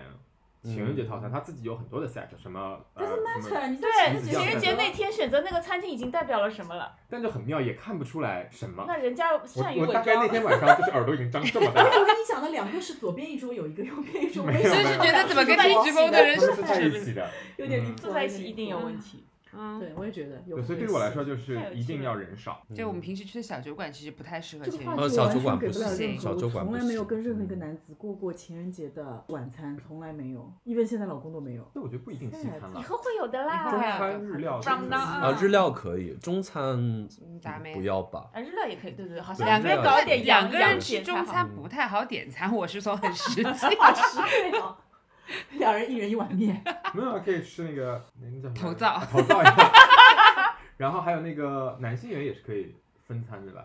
D: 情人节套餐，它自己有很多的 set，什么呃什么，
F: matter，你在
E: 对，
D: 情
E: 情人
D: 人
E: 节
D: 节
E: 那天选择那个餐厅已经代表了什么了？
D: 但就很妙，也看不出来什么。
E: 那人家
D: 啊我
E: 善于
D: 我
E: 伪
D: 大概那
E: 装。
D: 天晚上就是耳朵已经张这么大
F: ，我跟你讲的两个是左边一桌有一个，右边一桌
D: 没有
B: 所以
F: 有
B: 是
D: 没
F: 一个。
D: 有
B: 觉得怎么跟
E: 在一
B: 听
E: 起
B: 直播
E: 的
B: 的人
D: 他
B: 是
D: 们是
B: 不
D: 在一
B: 是？
D: 起的，
F: 有点离
D: 嗯
F: 谱啊
E: 坐在一起一定有问题。
B: 嗯，
F: 对，我也觉得有。
D: 对，所以对于我来说，就是一定要人少。
B: 就我们平时去的小酒馆其实不太适合
F: 这个
B: 情
F: 话
B: 人
F: 题
B: 节。
C: 呃
F: 我
C: 小
F: 完
C: 酒馆
F: 全给
C: 不
F: 不了
C: 行
F: 认可，
C: 小酒
F: 我
C: 馆
F: 从
C: 不
F: 来没有
C: 行
F: 跟任何一个男子过过情人节的晚餐，从来没有，even 现在老公都没有。
D: 那我觉得不一定西餐
E: 以
D: 了，
E: 后会有的
B: 以后会
D: 中
E: 啦。啊
D: 餐日料
E: 上当
D: 啊，
C: 啊，日料可以，中餐
B: 嗯达咩
C: 不要吧。
E: 啊，日料也可以，对对对，好像
C: 对
E: 应该搞一点
B: 两
E: 洋
B: 个人
E: 洋
B: 吃
E: 节
B: 中
E: 菜好
B: 餐不太好点餐，我是说很实际。
F: 好吃对哦，两人一人一碗面，
D: 没有啊可以吃那个那那叫什么
B: 头灶
D: 啊头灶也好。 然后还有那个男性园也是可以分餐的吧，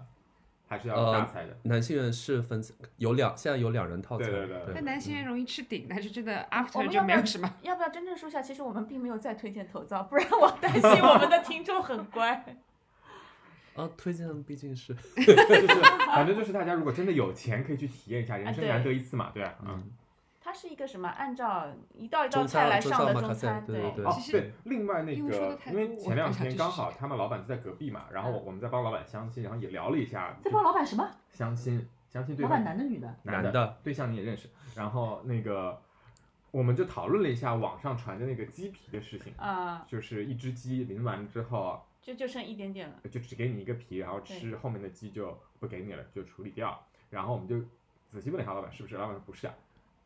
D: 还是要
C: 呃
D: 大菜的。
C: 男性人是分有两，现在有两人套餐。
D: 对对对
B: 但男性人容易吃顶，但是真的 after
E: 们
B: 就
E: 要不
B: 没
E: 要
B: 有什么。
E: 要不要真正说一下？其实我们并没有再推荐头灶，不然我担心我们的听众很乖。
C: 啊，推荐毕竟是
D: 就是 反正就是大家如果真的有钱，可以去体验一下，
B: 啊
D: 人生难得一次嘛，对吧？嗯。
E: 它是一个什么？按照一道一道
C: 中
E: 菜
C: 餐
E: 来
C: 中
E: 上
C: 餐
E: 的
C: 马
E: 中
C: 卡
E: 餐
C: 塞，，对对
D: 哦
C: 对，，
D: 对，另外那
B: 因为说得
D: 个，
B: 太
D: 因
B: 多
D: 为前两
B: 我想
D: 天
B: 去
D: 刚
B: 试
D: 好
B: 试嗯
D: 他们老板就在隔壁嘛，然后我们在帮老板相亲，然后也聊了一下
F: 在帮老板什么？
D: 相亲，相亲对
F: 老板
D: 方
F: 男的女的？
D: 男
C: 男的
D: 对象你也认识，然后那个我们就讨论了一下网上传的那个鸡皮的事情，
E: 啊，
D: 就是一只鸡淋完之后
E: 就就剩一点点了。
D: 就只给你一个皮，然后吃后面的鸡就不给你了，就处理掉。然后我们就仔细问了一下老板是不是，老板说不是啊，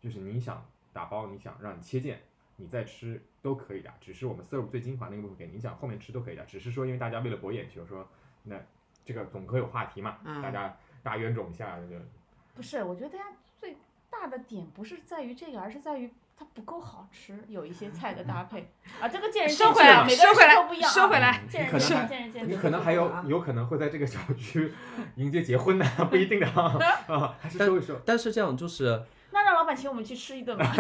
D: 就是你想打包，你想让你切件，你再吃都可以的，只是我们 serve 最精华那个部分给你，你想后面吃都可以的，只是说因为大家为了博眼球，说那这个总可有话题嘛，
B: 嗯
D: 大家大冤种一下就
E: 不是，我觉得大家最大的点不是在于这个，而是在于它不够好吃，有一些菜的搭配啊，这个见仁
B: 收
E: 见
B: 回
E: 智啊，
B: 来，
E: 每个
B: 收
E: 人
B: 回
E: 吃法不一
B: 来，
E: 样啊，
B: 收回来。
E: 见
D: 你可能
E: 仁见
D: 还
E: 智，见仁见
D: 你
E: 智。
D: 可能还
B: 啊
D: 有有可能会在这个小区迎接结婚呢，不一定的 啊，啊还是收一收。
C: 但是这样就是，
E: 那让老板请我们去吃一顿吧。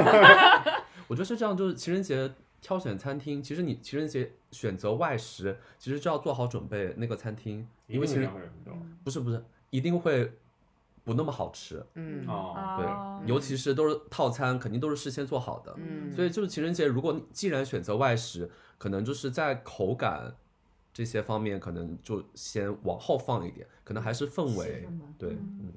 C: 我觉得是这样，就是情人节挑选餐厅，其实你情人节选择外食，其实就要做好准备那个餐厅，因为情人不是不是一定会不那么好吃，
B: 嗯
D: 哦，
C: 对
E: 哦，
C: 尤其是都是套餐，肯定都是事先做好的。
B: 嗯，
C: 所以就是情人节，如果你既然选择外食，可能就是在口感这些方面，可能就先往后放一点，可能还是氛围
I: 气氛吧，
C: 对，
E: 嗯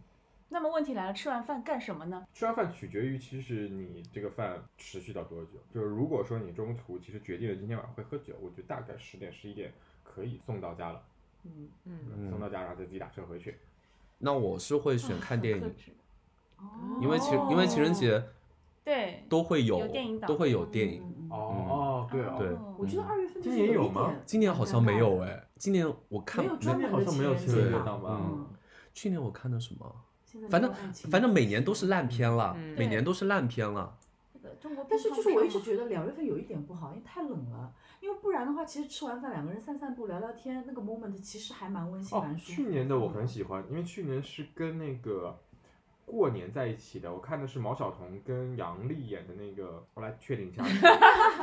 E: 那么问题来了，吃完饭干什么呢？
D: 吃完饭取决于其实你这个饭持续到多久。就是如果说你中途其实决定了今天晚上会喝酒，我觉得大概十点十一点可以送到家了，
E: 嗯，
C: 嗯
D: 送到家然后再自己打车回去。
C: 那我是会选看电
E: 很
C: 影
E: 克，制
F: 哦
C: 因为情因为情人节
E: 对，
C: 都会有
E: 有电影档
C: 都会有电影。嗯
D: 哦哦，对
E: 哦
D: 哦，
C: 对
I: 嗯我觉得
C: 嗯
I: 二月份就
D: 今
I: 是
D: 年
I: 有
D: 有
I: 一
D: 吗
I: 点
C: 今年好像没有哎，今年我看
I: 没有
D: 今
I: 专
D: 年
I: 门
D: 好
I: 的
D: 像没有情
I: 情
D: 人
I: 人
D: 节
I: 节
D: 档
I: 档
D: 吧？
I: 嗯
C: 去年我看的什么，
I: 现在
C: 反
I: 没
C: 正
I: 有爱情
C: 反正
I: 了
C: 每年都是烂片了，
B: 嗯
C: 每年都是烂片了。
E: 这个中国
I: 但是就是我一直
E: 得
I: 觉得两月份有一点不好，因为太冷了。因为不然的话，其实吃完饭两个人散散步、聊聊天，那个 moment 其实还蛮温馨、
D: 哦
I: 蛮，舒服。
D: 去年的我很喜欢，因为去年是跟那个过年在一起的，我看的是毛晓彤跟杨笠演的那个，我来确定一下，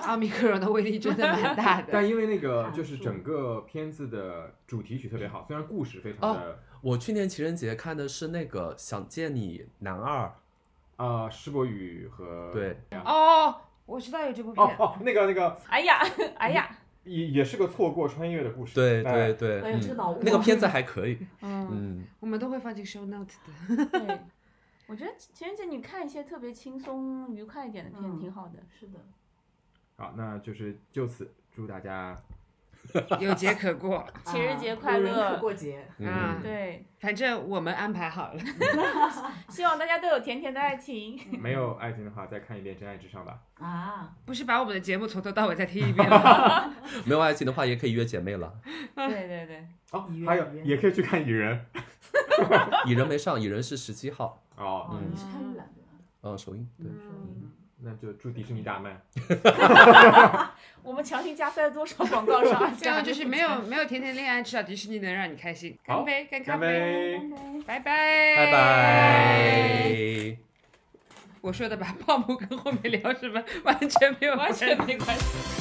B: 奥密克戎的威力真的蛮大 的。
D: 但因为那个
I: 阐
D: 就是
I: 述
D: 整个片子的主题曲特别好，虽然故事非常
C: 哦
D: 的
C: 我去年情人节看的是那个《想见你》男二，
D: 啊，施柏宇和
C: 对，
B: 哦，我知道有这部
D: 哦
B: 片，
D: 哦那个那个
E: 哎呀，哎呀，
D: 也也是个错过穿越的故事，
C: 对
D: 哎
C: 对对，
I: 哎呀，这个
C: 嗯，
I: 脑雾啊
C: 那个片子还可以，
B: 嗯，
C: 嗯，
B: 我们都会放进 show note 的。
E: 对，我觉得情人节你看一些特别轻松愉快一点的片
I: 嗯
E: 挺好的。
I: 是的，
D: 好，那就是就此祝大家
B: 有节可过。
E: 情人节
I: 啊
E: 快
I: 有人
E: 乐
I: 可过节，
B: 嗯
C: 嗯，
E: 对，
B: 反正我们安排好了，
E: 希望大家都有甜甜的爱情。
I: 嗯
D: 没有爱情的话，再看一遍《真爱至上》吧。
I: 啊，
B: 不是把我们的节目从头到尾再听一遍 吗？
C: 没有爱情的话也可以约姐妹了。
I: 嗯
E: 对对对，
D: 哦
I: 蚁，人
D: 还
I: 蚁
D: 有
I: 人
D: 也可以去看《蚁人》
C: 蚁人没上，蚁人是十七号，
D: 哦，
I: 哦，
C: 嗯
I: 你是看预览的，
C: 呃，首映，对，
F: 嗯
I: 嗯
D: 那就祝迪士尼大卖。
E: 我们强行加塞了多少广告 啊商？
B: 这
I: 啊
B: 样就是没 有没有甜甜恋爱，至少迪士尼能让你开心。
D: 好
B: 干杯，干
D: 干
B: 杯，
D: 杯！
B: 拜拜，
C: 拜。拜。
B: 我说的吧，泡沫跟后面聊什么完全没有关系，完全没关系。